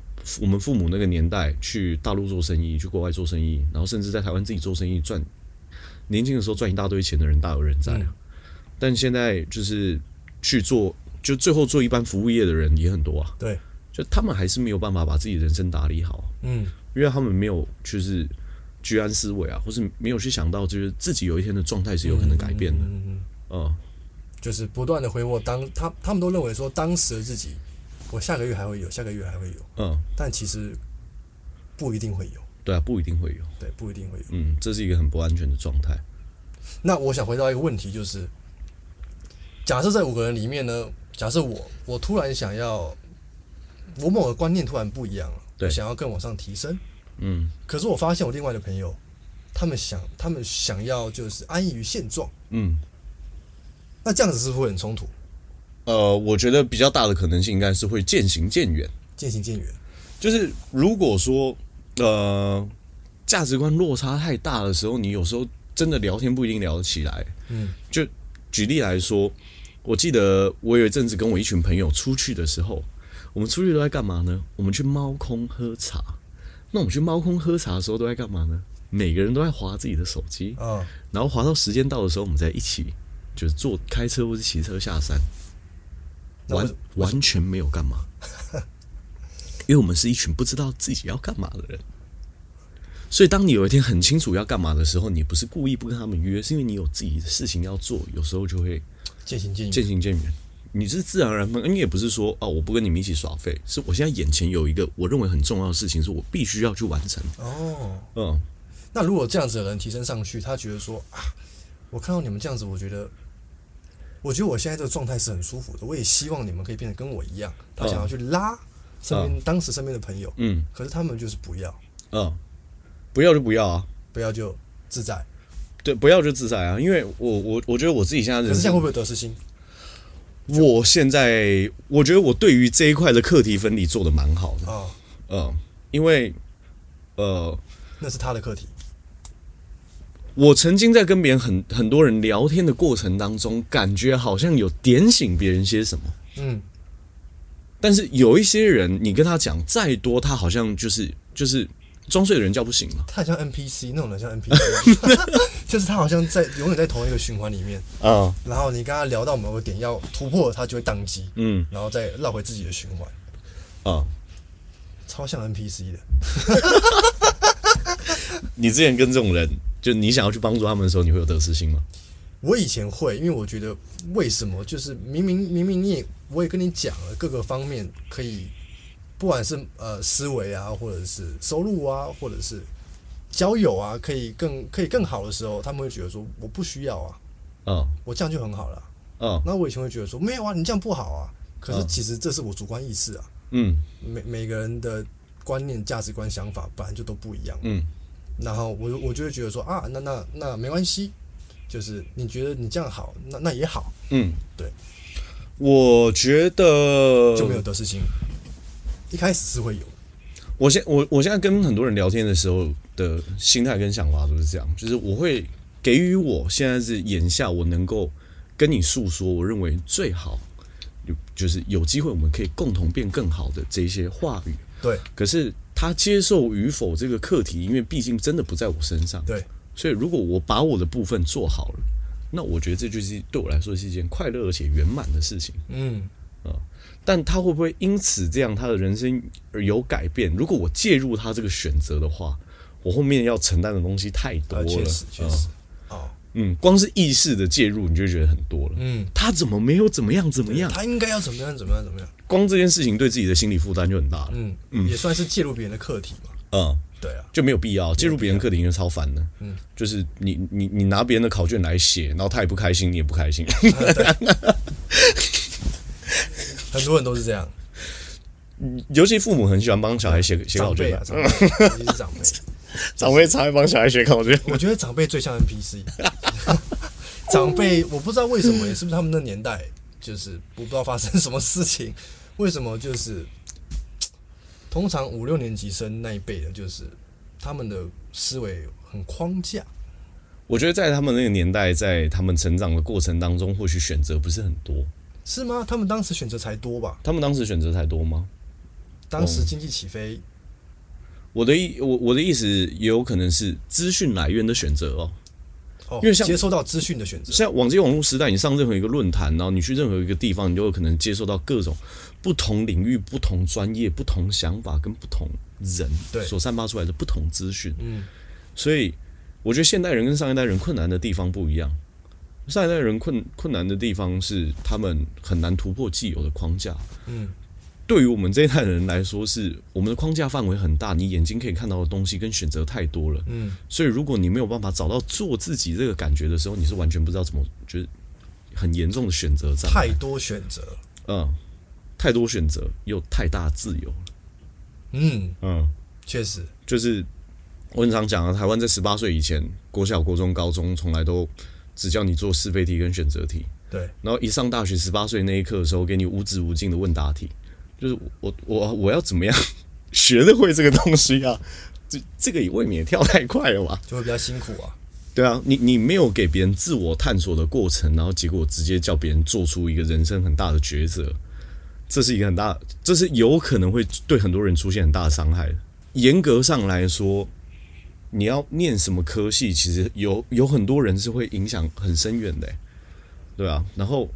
A: 我们父母那个年代去大陆做生意，去国外做生意，然后甚至在台湾自己做生意赚，年轻的时候赚一大堆钱的人大有人在啊。但现在就是去做，就最后做一般服务业的人也很多啊。
B: 对，
A: 就他们还是没有办法把自己人生打理好，啊
B: 嗯，
A: 因为他们没有就是居安思危啊，或是没有去想到，就是自己有一天的状态是有可能改变的。
B: 嗯嗯嗯嗯
A: 嗯，
B: 就是不断的挥霍。当他他们都认为说，当时的自己，我下个月还会有，下个月还会有，
A: 嗯，
B: 但其实不一定会有，
A: 对啊，不一定会有。
B: 对，不一定会有。
A: 嗯，这是一个很不安全的状态。
B: 那我想回到一个问题，就是假设在五个人里面呢，假设我我突然想要，我某个观念突然不一样了，
A: 对
B: 我想要更往上提升，
A: 嗯
B: 可是我发现我另外的朋友，他们想他们想要就是安于现状，
A: 嗯，
B: 那这样子是不是会很冲突？
A: 呃，我觉得比较大的可能性应该是会渐行渐远。
B: 渐行渐远，
A: 就是如果说呃价值观落差太大的时候，你有时候真的聊天不一定聊得起来。
B: 嗯，
A: 就举例来说，我记得我有一阵子跟我一群朋友出去的时候，我们出去都在干嘛呢？我们去猫空喝茶。那我们去猫空喝茶的时候都在干嘛呢？每个人都在划自己的手机，
B: 啊、
A: 然后划到时间到的时候，我们再一起就是坐开车或是骑车下山，
B: 那为
A: 完
B: 什么
A: 完全没有干嘛， 因为我们是一群不知道自己要干嘛的人。所以，当你有一天很清楚要干嘛的时候，你不是故意不跟他们约，是因为你有自己的事情要做，有时候就会
B: 渐行渐远，
A: 渐行渐远。你是自然而然分，你也不是说哦，我不跟你们一起耍废，是我现在眼前有一个我认为很重要的事情，是我必须要去完成。
B: 哦。
A: 嗯，
B: 那如果这样子的人提升上去，他觉得说啊，我看到你们这样子，我觉得，我觉得我现在这个状态是很舒服的，我也希望你们可以变得跟我一样。他想要去拉身边、当时身边的朋友，
A: 啊嗯，
B: 可是他们就是不要，
A: 嗯，不要就不要啊，
B: 不要就自在。
A: 嗯对，不要就自在啊，因为我我我觉得我自己现在人
B: 可是这
A: 生
B: 样会不会得失心？
A: 我现在我觉得我对于这一块的课题分离做的蛮好的，
B: 啊，
A: 嗯，因为呃，
B: 那是他的课题。
A: 我曾经在跟别人很很多人聊天的过程当中，感觉好像有点醒别人些什么，
B: 嗯，
A: 但是有一些人，你跟他讲再多，他好像就是就是装睡的人叫不醒嘛，
B: 他很像 NPC 那种人，像 NPC，就是他好像在永远在同一个循环里面。
A: 啊，
B: 然后你跟他聊到某个点要突破，他就会宕机，
A: 嗯
B: 然后再绕回自己的循环，
A: 啊，
B: 超像 NPC 的。
A: 你之前跟这种人，就你想要去帮助他们的时候，你会有得失心吗？
B: 我以前会，因为我觉得为什么就是明明明明你也我也跟你讲了各个方面可以，不管是呃思维啊，或者是收入啊，或者是交友啊，可以更可以更好的时候，他们会觉得说我不需要啊，
A: 啊
B: 我这样就很好了。
A: 啊，
B: 那我以前会觉得说没有啊，你这样不好啊。可是其实这是我主观意识啊，
A: 嗯
B: 每每个人的观念、价值观、想法本来就都不一样。
A: 嗯
B: 然后我就我就会觉得说啊，那那那没关系，就是你觉得你这样好，那那也好。
A: 嗯，
B: 对，
A: 我觉得
B: 就没有得失心。一开始是会有，
A: 我现我我现在跟很多人聊天的时候的心态跟想法都是这样，就是我会给予我现在是眼下我能够跟你诉说，我认为最好有就是有机会我们可以共同变更好的这一些话语。
B: 对
A: 可是他接受与否这个课题，因为毕竟真的不在我身上，
B: 对，
A: 所以如果我把我的部分做好了，那我觉得这就是对我来说是一件快乐而且圆满的事情。
B: 嗯，
A: 但他会不会因此这样他的人生而有改变？如果我介入他这个选择的话，我后面要承担的东西太多
B: 啊，
A: 了。
B: 确实确实，哦，
A: 嗯，光是意识的介入，你就会觉得很多了。
B: 嗯，
A: 他怎么没有怎么样怎么样？
B: 他应该要怎么样怎么样怎么样，
A: 光这件事情对自己的心理负担就很大了。嗯
B: 嗯，也算是介入别人的课题嘛，对啊，
A: 就没有必要介入别人课题，应该超烦的。嗯，就是你你你拿别人的考卷来写，然后他也不开心，你也不开 心。
B: 很多人都是这样，
A: 尤其父母很喜欢帮小孩写写
B: 长
A: 考
B: 辈
A: 卷
B: 啊，
A: 吧，
B: 长辈，尤其是长辈，
A: 长辈常爱帮小孩写考卷。
B: 我觉得长辈最像 NPC，长辈我不知道为什么，也是不是他们那年代，就是我不知道发生什么事情，为什么就是通常五六年级生那一辈的，就是他们的思维很框架，
A: 我觉得在他们那个年代，在他们成长的过程当中，或许选择不是很多。
B: 是吗？他们当时选择才多吧？
A: 他们当时选择才多吗？
B: 当时经济起飞，
A: 我的意我我的意思也有可能是资讯来源的选择哦。
B: 哦，
A: 因为像
B: 接收到资讯的选择，
A: 现在网际网络时代，你上任何一个论坛，然后你去任何一个地方，你就有可能接受到各种不同领域、不同专业、不同想法跟不同人
B: 对
A: 所散发出来的不同资讯。
B: 嗯，
A: 所以我觉得现代人跟上一代人困难的地方不一样。上一代人困困难的地方是他们很难突破既有的框架。
B: 嗯，
A: 对于我们这一代人来说是，我们的框架范围很大，你眼睛可以看到的东西跟选择太多了。
B: 嗯，
A: 所以如果你没有办法找到做自己这个感觉的时候，你是完全不知道怎么，就是很严重的选择障碍。
B: 太多选择了，
A: 嗯，太多选择又太大自由了。
B: 嗯，
A: 嗯，
B: 确实，
A: 就是我很常讲啊，台湾在十八岁以前，国小、国中、高中从来都只叫你做是非题跟选择题，
B: 对，
A: 然后一上大学十八岁那一刻的时候，给你无止无尽的问答题，就是我我我要怎么样 学得会这个东西啊？这这个也未免也跳太快了吧？
B: 就会比较辛苦啊。
A: 对啊，你你没有给别人自我探索的过程，然后结果直接叫别人做出一个人生很大的抉择，这是一个很大，这是有可能会对很多人出现很大的伤害的。严格上来说，你要念什么科系，其实有有很多人是会影响很深远的欸，对啊。然后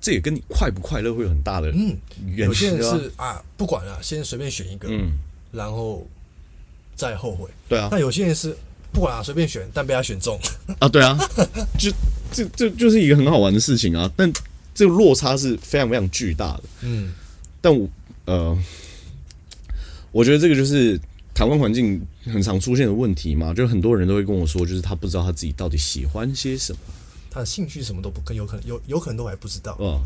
A: 这也跟你快不快乐会有很大的嗯
B: 有些人是啊，不管了，先随便选一个，嗯，然后再后悔。
A: 对啊
B: 那有些人是不管啊，随便选，但被他选中，
A: 啊，对啊，就这这就是一个很好玩的事情啊，但这个落差是非常非常巨大的。
B: 嗯，
A: 但我呃，我觉得这个就是台湾环境很常出现的问题嘛，就很多人都会跟我说，就是他不知道他自己到底喜欢些什么
B: 他的兴趣什么都不跟，有可能有有可能都还不知道。
A: 啊。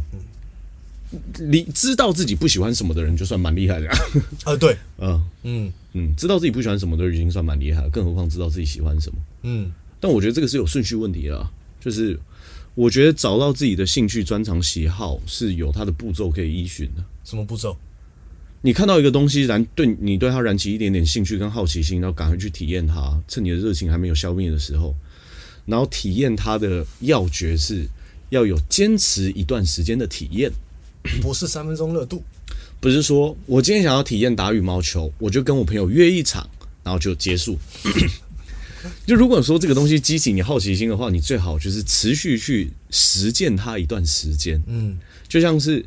A: 你知道自己不喜欢什么的人，就算蛮厉害的、啊。
B: 呃，对，
A: 嗯
B: 嗯
A: 嗯，知道自己不喜欢什么都已经算蛮厉害了，更何况知道自己喜欢什么。
B: 嗯，
A: 但我觉得这个是有顺序问题的啊、就是我觉得找到自己的兴趣、专长、喜好是有它的步骤可以依循的。
B: 什么步骤？
A: 你看到一个东西燃对你对它燃起一点点兴趣跟好奇心，然后赶快去体验它，趁你的热情还没有消灭的时候，然后体验它的要诀是要有坚持一段时间的体验，
B: 不是三分钟热度，
A: 不是说我今天想要体验打羽毛球，我就跟我朋友约一场，然后就结束。 就如果说这个东西激起你好奇心的话，你最好就是持续去实践它一段时间。
B: 嗯，
A: 就像是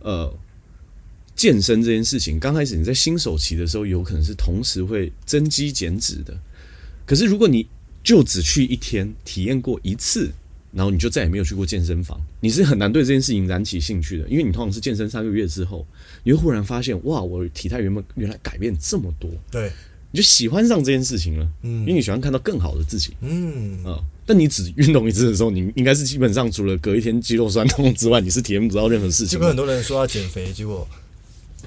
A: 呃健身这件事情，刚开始你在新手期的时候，有可能是同时会增肌减脂的。可是如果你就只去一天，体验过一次，然后你就再也没有去过健身房，你是很难对这件事情燃起兴趣的，因为你通常是健身三个月之后，你会忽然发现，哇，我体态原本原来改变这么多，
B: 对，
A: 你就喜欢上这件事情了，嗯，因为你喜欢看到更好的自己，
B: 嗯，
A: 啊、但你只运动一次的时候，你应该是基本上除了隔一天肌肉酸痛之外，你是体验不到任何事
B: 就
A: 情
B: 跟
A: 的
B: 很。多人说要减肥，结果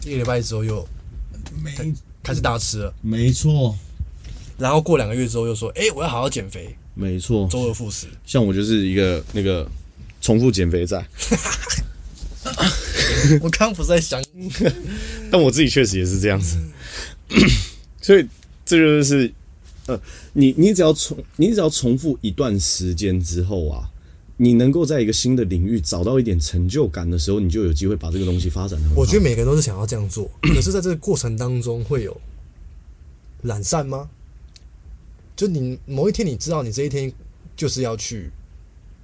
B: 一个礼拜之后又
C: 没
B: 开始大吃了，
C: 没错
B: 然后过两个月之后又说，哎、我要好好减肥，
A: 没错，
B: 周而复始，
A: 像我就是一个那个重复减肥仔，
B: 我刚刚不是在想，
A: 但我自己确实也是这样子，
B: 嗯
A: 所以这就是呃，你你只要重你只要重复一段时间之后啊，你能够在一个新的领域找到一点成就感的时候，你就有机会把这个东西发展的很好。
B: 我觉得每个人都是想要这 样做，可是在这个过程当中会有懒散吗？就你某一天你知道你这一天就是要去，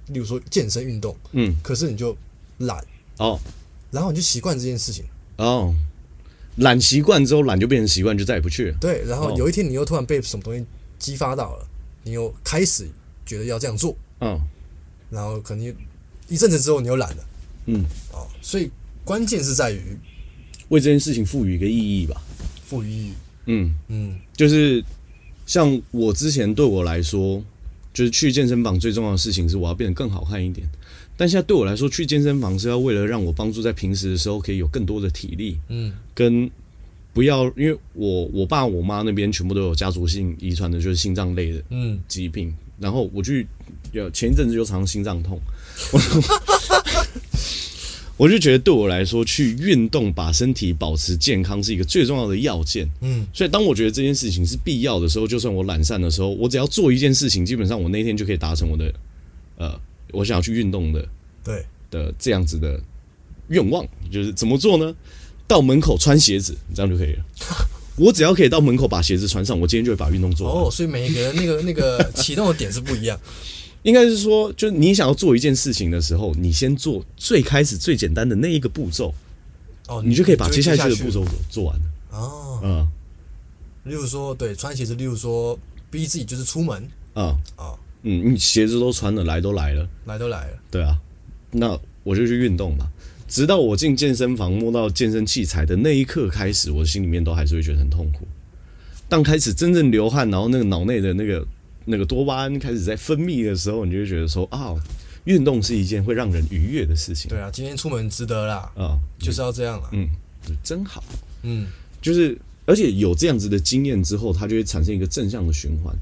B: 例如说健身运动，
A: 嗯，
B: 可是你就懒，
A: 哦
B: 然后你就习惯这件事情，
A: 哦，懒习惯之后，懒就变成习惯，就再也不去了。
B: 对，然
A: 哦
B: 后有一天你又突然被什么东西激发到了，你又开始觉得要这样做，
A: 嗯，
B: 然后可能一阵子之后你又懒了，
A: 嗯，
B: 哦，所以关键是在于
A: 为这件事情赋予一个意义吧。
B: 赋予意义，
A: 嗯，
B: 嗯，
A: 就是像我之前对我来说，就是去健身房最重要的事情是我要变得更好看一点。但现在对我来说，去健身房是要为了让我帮助在平时的时候可以有更多的体力，
B: 嗯，
A: 跟不要因为我我爸我妈那边全部都有家族性遗传的，就是心脏类的
B: 嗯
A: 疾病。然后我去有前一阵子就常常心脏痛， 我我就觉得对我来说，去运动把身体保持健康是一个最重要的要件。
B: 嗯，
A: 所以当我觉得这件事情是必要的时候，就算我懒散的时候，我只要做一件事情，基本上我那天就可以达成我的呃，我想要去运动的
B: 对，
A: 的这样子的愿望，就是怎么做呢？到门口穿鞋子，这样就可以了。我只要可以到门口把鞋子穿上，我今天就会把运动做完。
B: 哦，所以每一个人那个那个启动的点是不一样。
A: 应该是说，就是你想要做一件事情的时候，你先做最开始最简单的那一个步骤，
B: 哦，
A: 你就可以把接下
B: 下
A: 去的步骤做做完了。
B: 哦。
A: 嗯
B: 例如说，对，穿鞋子，例如说逼自己就是出门
A: 啊
B: 哦，
A: 嗯，你鞋子都穿了，来都来了，
B: 来都来了，
A: 对啊，那我就去运动吧。直到我进健身房摸到健身器材的那一刻开始，我心里面都还是会觉得很痛苦。当开始真正流汗，然后那个脑内的那个那个多巴胺开始在分泌的时候，你就会觉得说啊，运动是一件会让人愉悦的事情。
B: 对啊，今天出门值得啦，
A: 啊，
B: 就是要这样啊，
A: 嗯，真好。
B: 嗯，
A: 就是而且有这样子的经验之后，它就会产生一个正向的循环。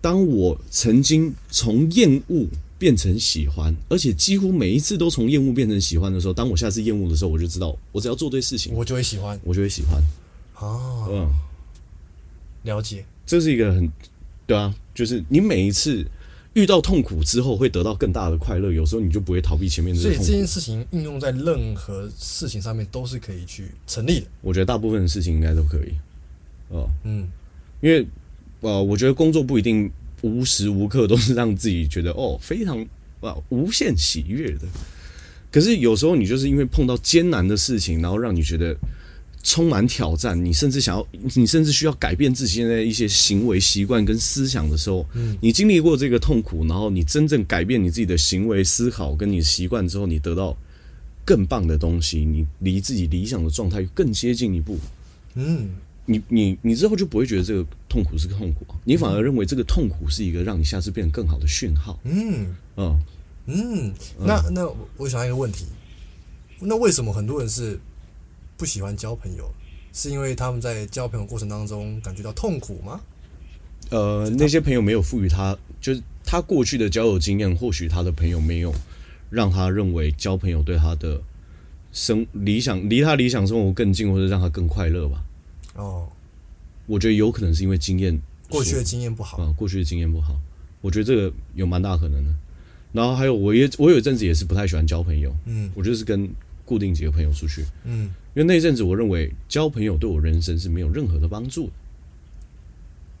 A: 当我曾经从厌恶变成喜欢，而且几乎每一次都从厌恶变成喜欢的时候，当我下次厌恶的时候，我就知道我只要做对事情，
B: 我就会喜欢
A: 我就会喜欢。
B: 哦，
A: 嗯，
B: 了解，
A: 这是一个很对啊，就是你每一次遇到痛苦之后，会得到更大的快乐。有时候你就不会逃避前面的
B: 所以
A: 痛
B: 这
A: 苦
B: 件。事情应用在任何事情上面都是可以去成立的，
A: 我觉得大部分的事情应该都可以。哦，
B: 嗯，
A: 因为呃，我觉得工作不一定无时无刻都是让自己觉得哦非常哇无限喜悦的，可是有时候你就是因为碰到艰难的事情，然后让你觉得充满挑战，你甚至想要，你甚至需要改变自己现在的一些行为习惯跟思想的时候，你经历过这个痛苦，然后你真正改变你自己的行为、思考跟你的习惯之后，你得到更棒的东西，你离自己理想的状态更接近一步。
B: 嗯，
A: 你你你之后就不会觉得这个痛苦是个痛苦啊，你反而认为这个痛苦是一个让你下次变得更好的讯号。
B: 嗯，
A: 嗯，
B: 嗯，那那我我想要一个问题，那为什么很多人是不喜欢交朋友？是因为他们在交朋友过程当中感觉到痛苦吗？
A: 呃，那些朋友没有赋予他，就是他过去的交友经验，或许他的朋友没有让他认为交朋友对他的生理想离他理想生活更近，或者让他更快乐吧。
B: 哦，
A: 我觉得有可能是因为经验
B: 过去
A: 所
B: 的经验不好，
A: 啊，过去的经验不好，我觉得这个有蛮大可能的。然后还有，我也我有一阵子也是不太喜欢交朋友，
B: 嗯
A: 我就是跟固定几个朋友出去，
B: 嗯，
A: 因为那一阵子我认为交朋友对我人生是没有任何的帮助的。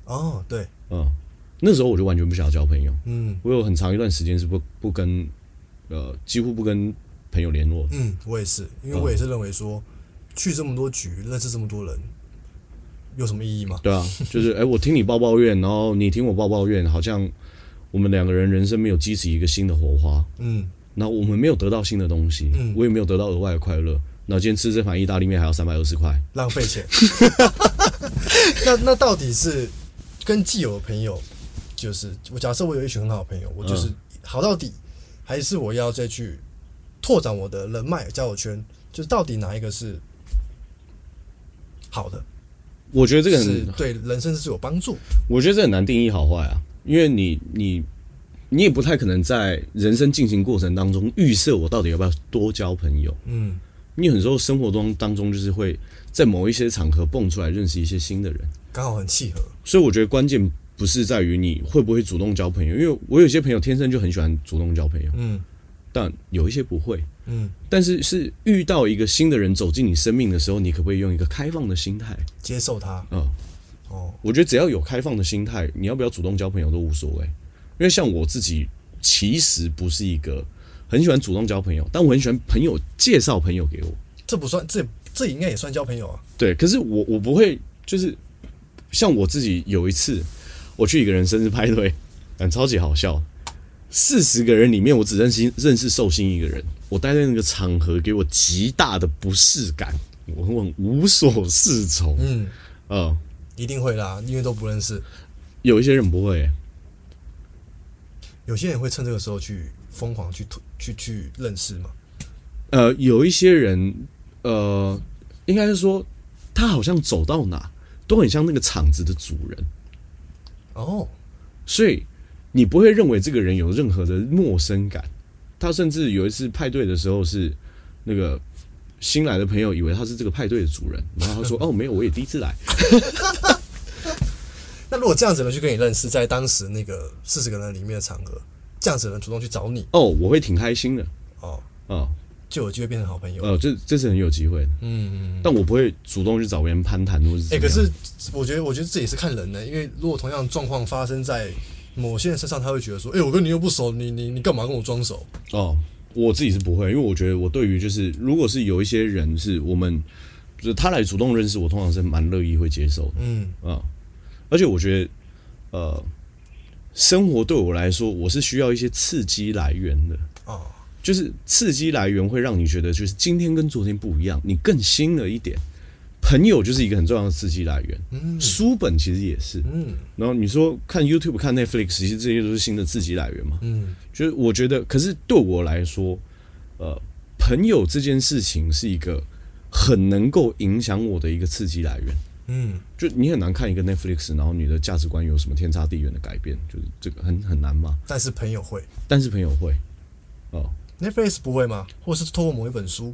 B: 哦，对，
A: 嗯，那时候我就完全不想要交朋友，
B: 嗯
A: 我有很长一段时间是不不跟呃几乎不跟朋友联络的。
B: 嗯，我也是，因为我也是认为说，去这么多局，认识这么多人，有什么意义吗？
A: 对啊，就是哎、我听你抱抱怨，然后你听我抱抱怨，好像我们两个人人生没有激起一个新的火花，
B: 嗯，
A: 那我们没有得到新的东西，
B: 嗯
A: 我也没有得到额外的快乐。那今天吃这盘意大利面还要三百二十块，
B: 浪费钱。 那那到底是跟既有的朋友，就是我假设我有一群很好的朋友，我
A: 嗯
B: 就是好到底，还是我要再去拓展我的人脉交友圈？就是到底哪一个是好的，
A: 我觉得这个
B: 是
A: 很
B: 对人生是有帮助？
A: 我觉得这很难定义好坏啊，因为你你你也不太可能在人生进行过程当中预设我到底要不要多交朋友。
B: 嗯，
A: 你很多生活中当中就是会在某一些场合蹦出来认识一些新的人，
B: 刚好很契合。
A: 所以我觉得关键不是在于你会不会主动交朋友，因为我有些朋友天生就很喜欢主动交朋友，
B: 嗯
A: 但有一些不会。
B: 嗯，
A: 但是是遇到一个新的人走进你生命的时候，你可不可以用一个开放的心态？
B: 接受他。
A: 嗯，
B: 哦，
A: 我觉得只要有开放的心态，你要不要主动交朋友都无所谓。因为像我自己，其实不是一个很喜欢主动交朋友，但我很喜欢朋友介绍朋友给我。
B: 这不算，这这应该也算交朋友啊。
A: 对，可是我我不会，就是像我自己有一次，我去一个人生日派对，嗯，超级好笑。四十个人里面，我只认识认识寿星一个人。我待在那个场合，给我极大的不适感，我很无所适从。
B: 嗯，
A: 嗯，
B: 一定会啦，因为都不认识。
A: 有一些人不会、
B: 有些人会趁这个时候去疯狂去突去去认识嘛。
A: 呃，有一些人，呃，应该是说，他好像走到哪都很像那个场子的主人，
B: 哦，
A: 所以你不会认为这个人有任何的陌生感。他甚至有一次派对的时候是那个。新来的朋友以为他是这个派对的主人，然后他说：“哦，没有，我也第一次来。
B: 那如果这样子的人去跟你认识，在当时那个四十个人里面的场合，这样子的人主动去找你，
A: 哦，我会挺开心的。
B: 哦，
A: 哦，
B: 就有机会变成好朋友。
A: 呃，这这是很有机会的。嗯，但我不会主动去找别人攀谈或者是
B: 哎、
A: 怎么
B: 可
A: 样。
B: 是我觉得，我觉得这也是看人呢、因为如果同样的状况发生在某些人身上，他会觉得说：“哎、我跟你又不熟，你你你干嘛跟我装熟
A: 哦，我自己是不会，因为我觉得我对于就是如果是有一些人是我们就是他来主动认识我，通常是蛮乐意会接受的。嗯啊、而且我觉得呃，生活对我来说，我是需要一些刺激来源的。？”
B: 哦，
A: 就是刺激来源会让你觉得，就是今天跟昨天不一样，你更新了一点。朋友就是一个很重要的刺激来源，书本其实也是。然后你说看 YouTube、看 Netflix，其实这些都是新的刺激来源嘛。
B: 嗯，
A: 就是我觉得，可是对我来说，呃，朋友这件事情是一个很能够影响我的一个刺激来源。
B: 嗯，
A: 就你很难看一个 Netflix，然后你的价值观有什么天差地远的改变，就是这个很很难嘛。
B: 但是朋友会
A: 但是朋友会，哦，
B: ，Netflix 不会吗？或是透过某一本书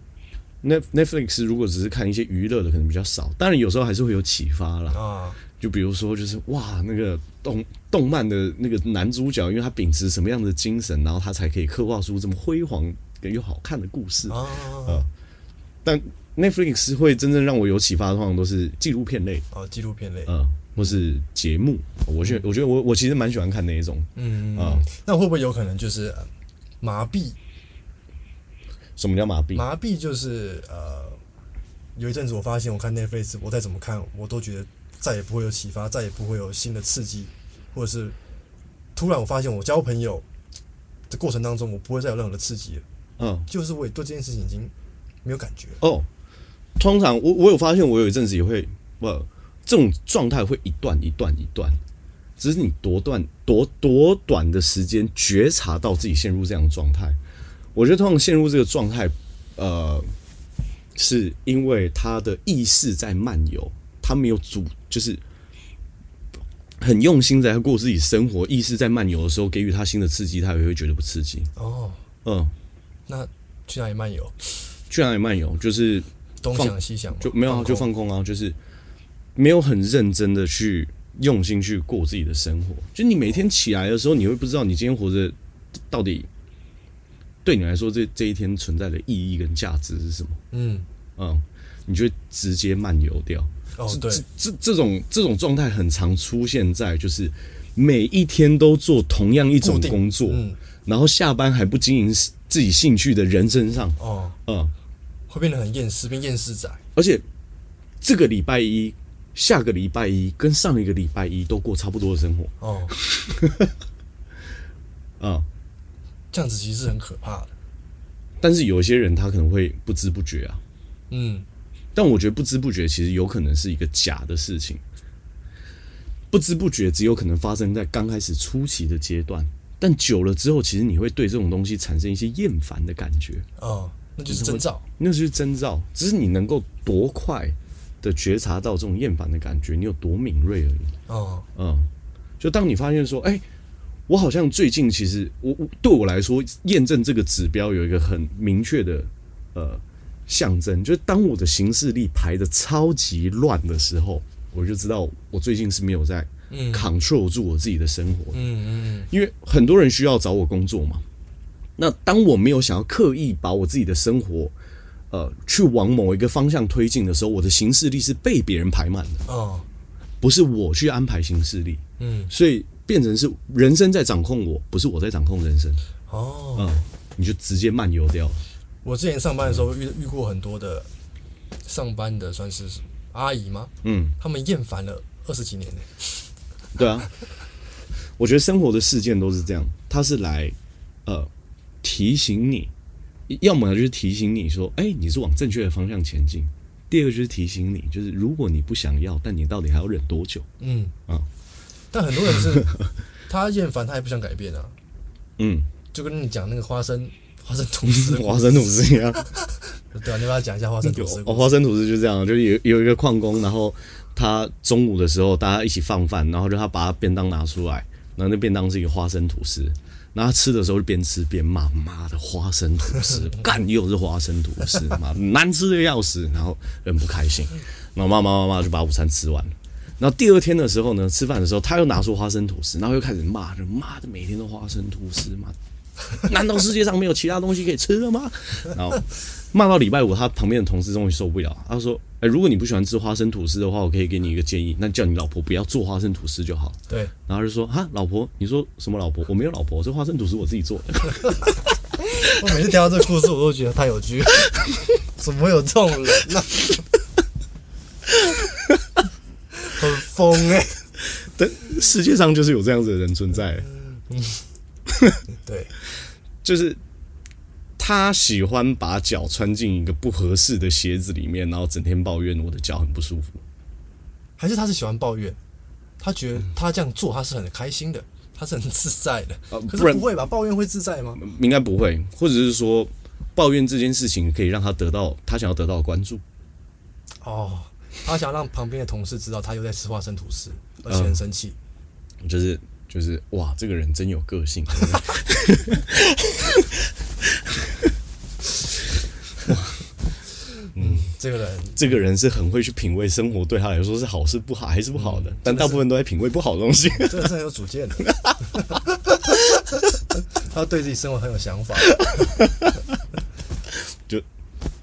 A: Net Netflix 如果只是看一些娱乐的，可能比较少，当然有时候还是会有启发啦。
B: 啊？
A: 就比如说，就是哇，那个动动漫的那个男主角，因为他秉持什么样的精神，然后他才可以刻画出这么辉煌又好看的故事。
B: 啊
A: 但 Netflix 会真正让我有启发的，通常都是纪录片类，
B: 哦，纪录片类，
A: 呃，或是节目。我觉得，我觉得我我其实蛮喜欢看那一种，
B: 嗯，
A: 啊
B: 那会不会有可能就是呃麻痹？
A: 什么叫麻痹？
B: 麻痹就是呃，有一阵子我发现我看 Netflix，我再怎么看，我都觉得再也不会有启发，再也不会有新的刺激，或者是突然我发现我交朋友的过程当中，我不会再有任何的刺激了，
A: 嗯，
B: 就是我也对这件事情已经没有感觉了。
A: 哦，通常我我有发现，我有一阵子也会不这种状态会一段一段一段，只是你多段多多短的时间觉察到自己陷入这样的状态。我觉得通常陷入这个状态，呃，是因为他的意识在漫游，他没有主，就是很用心在过自己生活，意识在漫游的时候，给予他新的刺激，他也会觉得不刺激。
B: 哦，
A: 嗯，
B: 那去哪里漫游？
A: 去哪里漫游？就是
B: 东想西想吗
A: 就没有啊
B: 放空
A: 就放空啊，就是没有很认真的去用心去过自己的生活。就你每天起来的时候，你会不知道你今天活着到底对你来说这这一天存在的意义跟价值是什么？
B: 嗯，
A: 嗯，你就会直接漫游掉。
B: 哦对
A: 这，这这种这种状态很常出现在就是每一天都做同样一种
B: 固定
A: 工作，
B: 嗯
A: 然后下班还不经营自己兴趣的人身上，
B: 哦，
A: 嗯。
B: 会变得很厌世，变厌世仔。
A: 而且这个礼拜一、下个礼拜一跟上一个礼拜一都过差不多的生活
B: 哦，
A: 啊、
B: 这样子其实是很可怕的。
A: 但是有些人他可能会不知不觉啊，
B: 嗯，
A: 但我觉得不知不觉其实有可能是一个假的事情，不知不觉只有可能发生在刚开始初期的阶段，但久了之后，其实你会对这种东西产生一些厌烦的感觉，
B: 哦，那就是征兆。
A: 那就是征兆，只是你能够多快的觉察到这种厌烦的感觉，你有多敏锐而已。
B: 哦，
A: 嗯，就当你发现说，哎、我好像最近其实我我对我来说，验证这个指标有一个很明确的呃象征，就是当我的行事历排的超级乱的时候，我就知道我最近是没有在 control 住我自己的生活的，
B: 嗯嗯嗯
A: 因为很多人需要找我工作嘛。那当我没有想要刻意把我自己的生活，呃，去往某一个方向推进的时候，我的行事历是被别人排满的。
B: 嗯，哦，
A: 不是我去安排行事历，嗯，所以变成是人生在掌控我，不是我在掌控人生，
B: 哦。
A: 嗯，你就直接漫游掉了，
B: 我之前上班的时候遇遇过很多的上班的算是阿姨吗？
A: 嗯，
B: 他们厌烦了二十几年呢。
A: 对 啊，我觉得生活的事件都是这样，它是来呃提醒你，要么就是提醒你说，哎、你是往正确的方向前进，第二个就是提醒你，就是如果你不想要，但你到底还要忍多 久？
B: 嗯
A: 啊
B: 但很多人 是他厌烦，他也不想改变啊。
A: 嗯，，
B: 就跟你讲那个花生花生吐司
A: 花生吐司一样。
B: 对啊，你要不要讲一下花生吐司？
A: 哦，花生吐司就这样，就是有有一个矿工，然后他中午的时候大家一起放饭，然后就他把他便当拿出来，然后那便当是一个花生吐司，然后他吃的时候就边吃边骂：“妈的，花生吐司， 干又是花生吐司，妈难吃的要死。”然后很不开心，然后骂骂骂骂就把午餐吃完了。然后第二天的时候呢，吃饭的时候他又拿出花生吐司，然后又开始骂，就妈的每天都花生吐司，妈难道世界上没有其他东西可以吃了吗？然后骂到礼拜五，他旁边的同事终于受不了，他说：“哎、如果你不喜欢吃花生吐司的话，我可以给你一个建议，那叫你老婆不要做花生吐司就好。”
B: 对，
A: 然后他就说：“哈，老婆，你说什么老婆？我没有老婆，这花生吐司我自己做的。
B: 我每次听到这个故事，我都觉得太有趣了， 怎么会有这种人呢、很疯 哎、
A: 但世界上就是有这样子的人存在，
B: 对，
A: 就是他喜欢把脚穿进一个不合适的鞋子里面，然后整天抱怨我的脚很不舒服。
B: 还是他是喜欢抱怨，他觉
A: 嗯
B: 得他这样做他是很开心的，他是很自在的。可
A: 哦不
B: 是
A: 然嗯
B: 不会吧？抱怨会自在吗？
A: 应该不会，或者是说抱怨这件事情可以让他得到他想要得到的关注。
B: 哦，他想让旁边的同事知道他又在吃花生吐司，而
A: 嗯
B: 且很生气。
A: 就是就是哇，这个人真有个性。对不对
B: 这个人
A: 这个人是很会去品味生活，对他来说是好是不好还是不嗯好的，但大部分都在品味不好的东 西。
B: 真的是很有 主见的，他对自己生活很有想法。
A: 就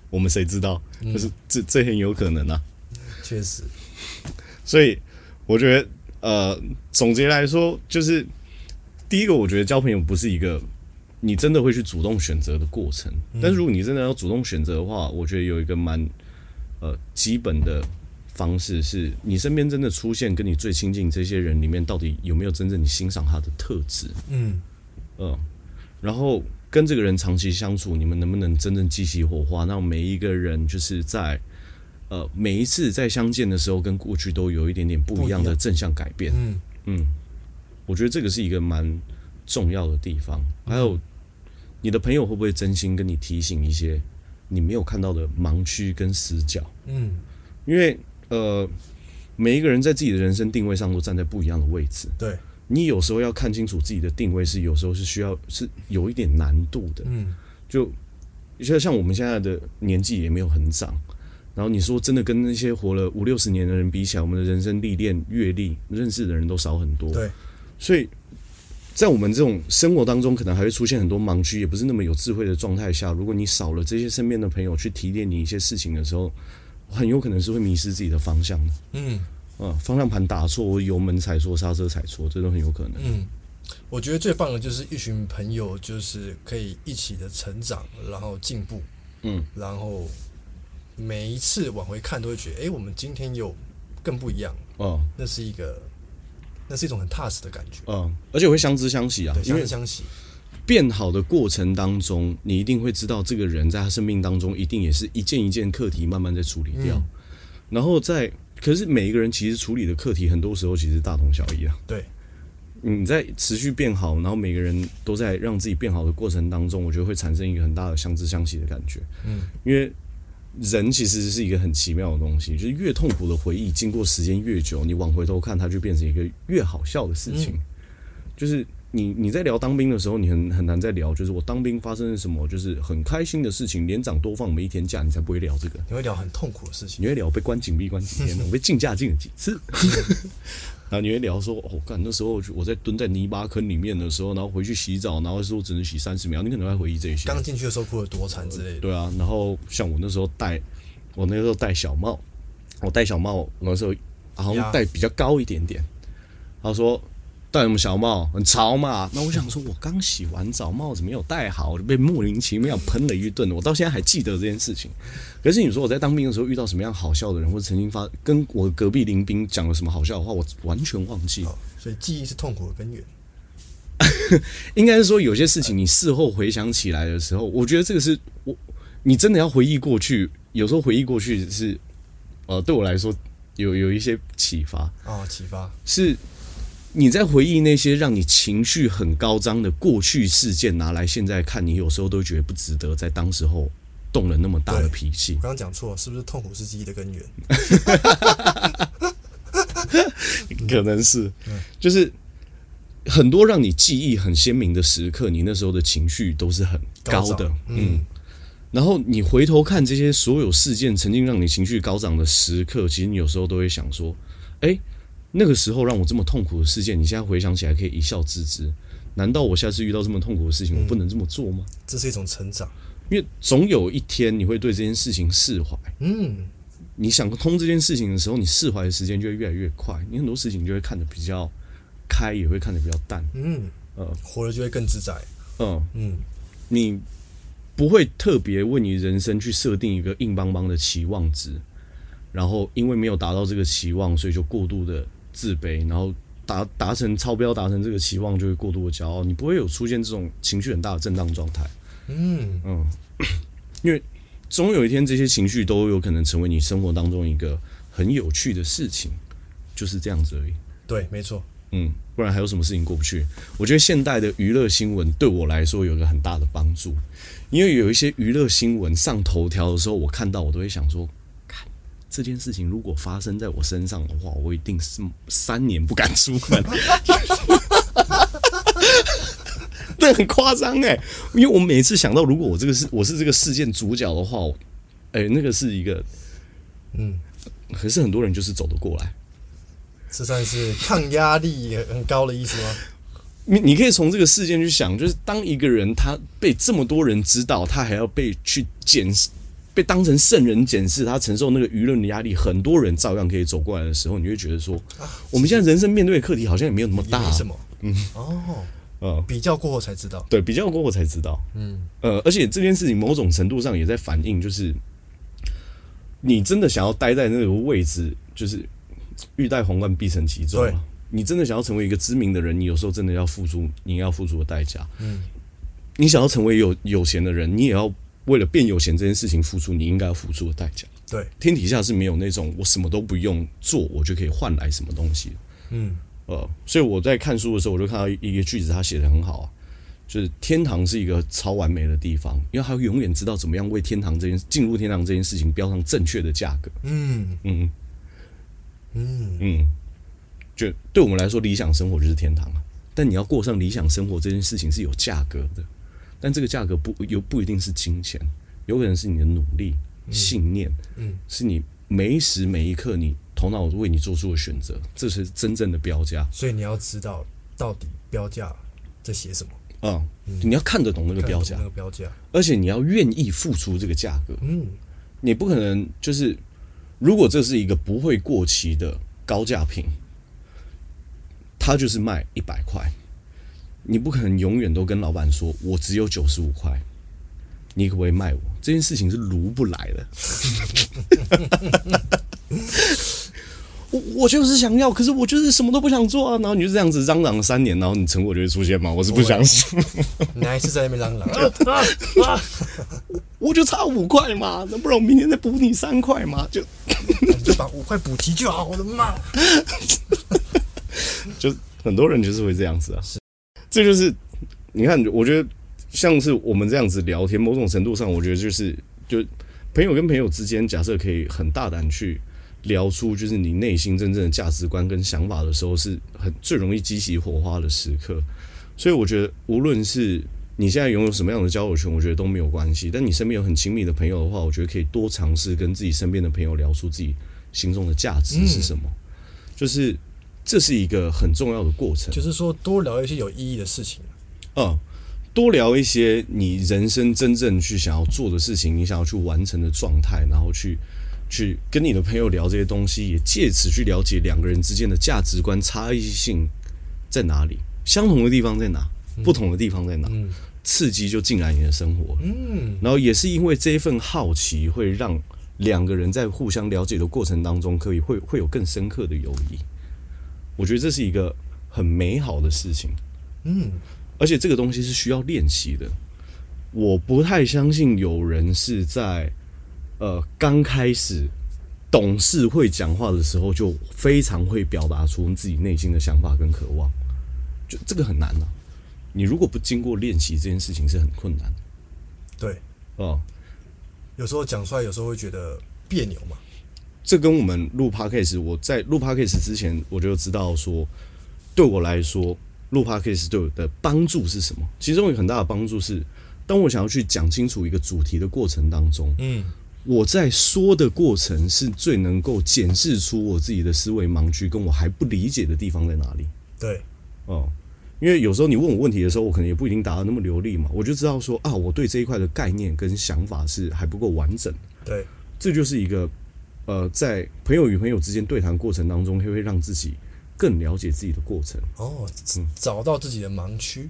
A: 我们谁知道？就是这这很有可能啊。
B: 确实，
A: 所以我觉得，呃，总结来说，就是第一个，我觉得交朋友不是一个你真的会去主动选择的过程。但是如果你真的要主动选择的话，我觉得有一个蛮呃基本的方式是，你身边真的出现跟你最亲近这些人里面，到底有没有真正你欣赏他的特质？
B: 嗯，
A: 嗯，然后跟这个人长期相处，你们能不能真正激起火花，让每一个人就是在呃每一次在相见的时候，跟过去都有一点点不一样
B: 不一
A: 的
B: 样
A: 正向改变？
B: 嗯
A: 我觉得这个是一个蛮重要的地方。
B: 嗯
A: 还有，你的朋友会不会真心跟你提醒一些你没有看到的盲区跟死角？
B: 嗯，
A: 因为呃，每一个人在自己的人生定位上都站在不一样的位置。
B: 对，
A: 你有时候要看清楚自己的定位是有时候是需要是有一点难度的，
B: 嗯，
A: 就就像我们现在的年纪也没有很长，然后你说真的跟那些活了五六十年的人比起来，我们的人生历练、阅历、认识的人都少很多，
B: 对，
A: 所以在我们这种生活当中，可能还会出现很多盲区，也不是那么有智慧的状态下，如果你少了这些身边的朋友去提点你一些事情的时候，很有可能是会迷失自己的方向的。
B: 嗯
A: 嗯，方向盘打错，油门踩错，刹车踩错，这都很有可能。
B: 嗯，我觉得最棒的就是一群朋友，就是可以一起的成长，然后进步，
A: 嗯，
B: 然后每一次往回看，都会觉得，哎、我们今天有更不一样，
A: 哦，
B: 那是一个，那是一种很踏实的感觉，
A: 嗯，而且会相知相惜啊
B: 对，，
A: 因
B: 相
A: 为
B: 生相惜，
A: 变好的过程当中，你一定会知道这个人在他生命当中一定也是一件一件课题慢慢在处理掉，然后在可是每一个人其实处理的课题很多时候其实大同小异啊。
B: 对，
A: 你在持续变好，然后每个人都在让自己变好的过程当中，我觉得会产生一个很大的相知相惜的感觉。嗯，因为人其实是一个很奇妙的东西，就是越痛苦的回忆，经过时间越久，你往回头看，它就变成一个越好笑的事情。就是你你在聊当兵的时候，你很很难再聊，就是我当兵发生了什么，就是很开心的事情，连长多放我们一天假，你才不会聊这个。
B: 你会聊很痛苦的事情，
A: 你会聊被关禁闭关几天，我被禁驾禁了几次，然后你会聊说，哦，干那时候我在蹲在泥巴坑里面的时候，然后回去洗澡，然后说只能洗三十秒，你可能会回忆这些。
B: 刚进去的时候哭得多惨之类的，
A: 对啊，然后像我那时候戴，我那时候戴小帽，我戴小帽，我那时候好像
B: 呀
A: 戴比较高一点点。他说戴什么小帽，很潮嘛。那我想说，我刚洗完澡，帽子没有戴好，我就被莫名其妙喷了一顿。我到现在还记得这件事情。可是你说我在当兵的时候遇到什么样好笑的人，或者曾经发跟我隔壁邻兵讲了什么好笑的话，我完全忘记了。
B: 所以记忆是痛苦的根源，
A: 应该是说有些事情你事后回想起来的时候，我觉得这个是我你真的要回忆过去，有时候回忆过去是呃对我来说有有一些启发，
B: 哦，启发，
A: 是你在回忆那些让你情绪很高涨的过去事件，拿来现在看，你有时候都觉得不值得在当时候动了那么大的
B: 对
A: 脾气
B: 我。刚刚讲错，是不是痛苦是记忆的根源？
A: 可能是，就是很多让你记忆很鲜明的时刻，你那时候的情绪都是很高
B: 高
A: 的
B: 涨，
A: 嗯。然后你回头看这些所有事件曾经让你情绪高涨的时刻，其实你有时候都会想说，哎，那个时候让我这么痛苦的事件，你现在回想起来可以一笑置之。难道我下次遇到这么痛苦的事情，我不能这么做吗？
B: 这是一种成长。
A: 因为总有一天你会对这件事情释怀。
B: 嗯，
A: 你想通这件事情的时候，你释怀的时间就会越来越快，你很多事情就会看得比较开，也会看得比较淡。
B: 嗯，
A: 呃
B: 活了就会更自在。
A: 嗯，
B: 嗯，
A: 你不会特别为你人生去设定一个硬邦邦的期望值，然后因为没有达到这个期望，所以就过度的自卑，然后达达成超标，达成这个期望就会过度的骄傲，你不会有出现这种情绪很大的震荡状态。嗯嗯， 因为总有一天这些情绪都有可能成为你生活当中一个很有趣的事情，就是这样子而已。
B: 对，没错。
A: 嗯，不然还有什么事情过不去？我觉得现代的娱乐新闻对我来说有一个很大的帮助，因为有一些娱乐新闻上头条的时候，我看到我都会想说，看这件事情如果发生在我身上的话，我一定是三年不敢出门。 这很夸张哎，因为我每次想到如果我这个是我是这个事件主角的话，我哎、那个是一个，
B: 嗯，
A: 可是很多人就是走得过来。
B: 这算是抗压力也很高的意思吗？
A: 你你可以从这个事件去想，就是当一个人他被这么多人知道，他还要被去检视，被当成圣人检视，他承受那个舆论的压力，很多人照样可以走过来的时候，你会觉得说，我们现在人生面对的课题好像也没有那么
B: 啊也
A: 大、
B: 没什么。嗯，哦，
A: 呃，
B: 比较过后才知道。
A: 对，比较过我才知道，嗯，呃，而且这件事情某种程度上也在反映，就是你真的想要待在那个位置，就是欲戴皇冠必承其重、
B: 对
A: 啊。你真的想要成为一个知名的人，你有时候真的要付出你要付出的代价。嗯，你想要成为有有钱的人，你也要为了变有钱这件事情付出你应该要付出的代价。
B: 对，
A: 天底下是没有那种我什么都不用做，我就可以换来什么东西的。
B: 嗯，
A: 呃，所以我在看书的时候，我就看到一个句子，他写的很好啊，就是天堂是一个超完美的地方，因为他永远知道怎么样为天堂这件进入天堂这件事情标上正确的价格。
B: 嗯
A: 嗯
B: 嗯，
A: 嗯，就对我们来说，理想生活就是天堂啊。但你要过上理想生活这件事情是有价格的，但这个价格不有不一定是金钱，有可能是你的努力、信念，
B: 嗯，
A: 是你每时每一刻你头脑为你做出的选择，这是真正的标价。
B: 所以你要知道到底标价在写什么，
A: 嗯，你要看得懂那个
B: 看
A: 标
B: 懂
A: 价
B: 那，个标价。
A: 而且你要愿意付出这个价格。
B: 嗯，
A: 你不可能就是，如果这是一个不会过期的高价品，它就是卖一百块，你不可能永远都跟老板说我只有九十五块，你可不可以卖我？这件事情是撸不来的。 我我就是想要，可是我就是什么都不想做啊！然后你就这样子嚷嚷了三年，然后你成果就会出现吗？我是不相信。
B: 你还是在那 边嚷嚷。
A: 我就差五块嘛，那不然我明天再补你三块嘛，就
B: 你就把五块补齐就好。我的妈！
A: 就很多人就是会这样子啊。这就是你看，我觉得像是我们这样子聊天，某种程度上，我觉得就是就朋友跟朋友之间，假设可以很大胆去聊出就是你内心真正的价值观跟想法的时候，是很最容易激起火花的时刻。所以我觉得，无论是你现在拥有什么样的交友圈，我觉得都没有关系。但你身边有很亲密的朋友的话，我觉得可以多尝试跟自己身边的朋友聊出自己心中的价值是什么，就是这是一个很重要的过程。
B: 就是说多聊一些有意义的事情。
A: 嗯，多聊一些你人生真正去想要做的事情，你想要去完成的状态，然后去去跟你的朋友聊这些东西，也借此去了解两个人之间的价值观差异性在哪里，相同的地方在哪，不同的地方在哪，刺激就进来你的生活。嗯，然后也是因为这一份好奇，会让两个人在互相了解的过程当中，可以会会有更深刻的友谊。我觉得这是一个很美好的事情。而且这个东西是需要练习的。我不太相信有人是在呃刚开始懂事会讲话的时候就非常会表达出自己内心的想法跟渴望，就这个很难的、你如果不经过练习，这件事情是很困难的
B: 对，
A: 哦。
B: 有时候讲出来，有时候会觉得别扭嘛。
A: 这跟我们录 podcast，我在录 podcast 之前我就知道说，对我来说录 podcast 对我的帮助是什么？其中有很大的帮助是，当我想要去讲清楚一个主题的过程当中，
B: 嗯，
A: 我在说的过程是最能够检视出我自己的思维盲区，跟我还不理解的地方在哪里。
B: 对，
A: 哦，因为有时候你问我问题的时候，我可能也不一定答的那么流利嘛，我就知道说啊，我对这一块的概念跟想法是还不够完整。
B: 对，
A: 这就是一个呃，在朋友与朋友之间对谈过程当中，会会让自己更了解自己的过程。
B: 哦，
A: 嗯
B: 找到自己的盲区，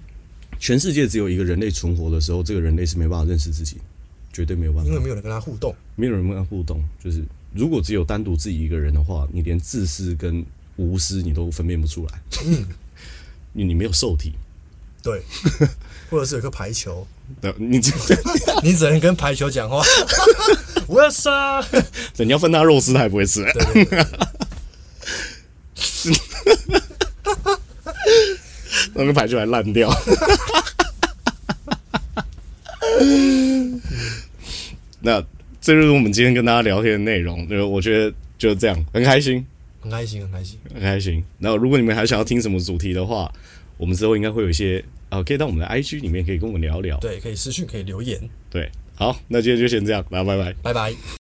A: 全世界只有一个人类存活的时候，这个人类是没办法认识自己，绝对没有办法
B: 因为，没有人跟他互动。
A: 没有人跟他互动。就是如果只有单独自己一个人的话，你连自私跟无私你都分辨不出来， 你你没有受体。
B: 对，或者是有个排球，
A: 对， 你这
B: 你只能跟排球讲话。我要杀。
A: 你要分他肉丝，他也不会吃。那个排球还烂掉。那这就是我们今天跟大家聊天的内容。就是我觉得就是这样，很开心，
B: 很开心，很开心。
A: 很开心。然后如果你们还想要听什么主题的话，我们之后应该会有一些啊、呃可以到我们的 IG 里面可以跟我们聊聊。
B: 对，可以私讯，可以留言，
A: 对，好，那今天就先这样，大家拜拜。
B: 拜拜。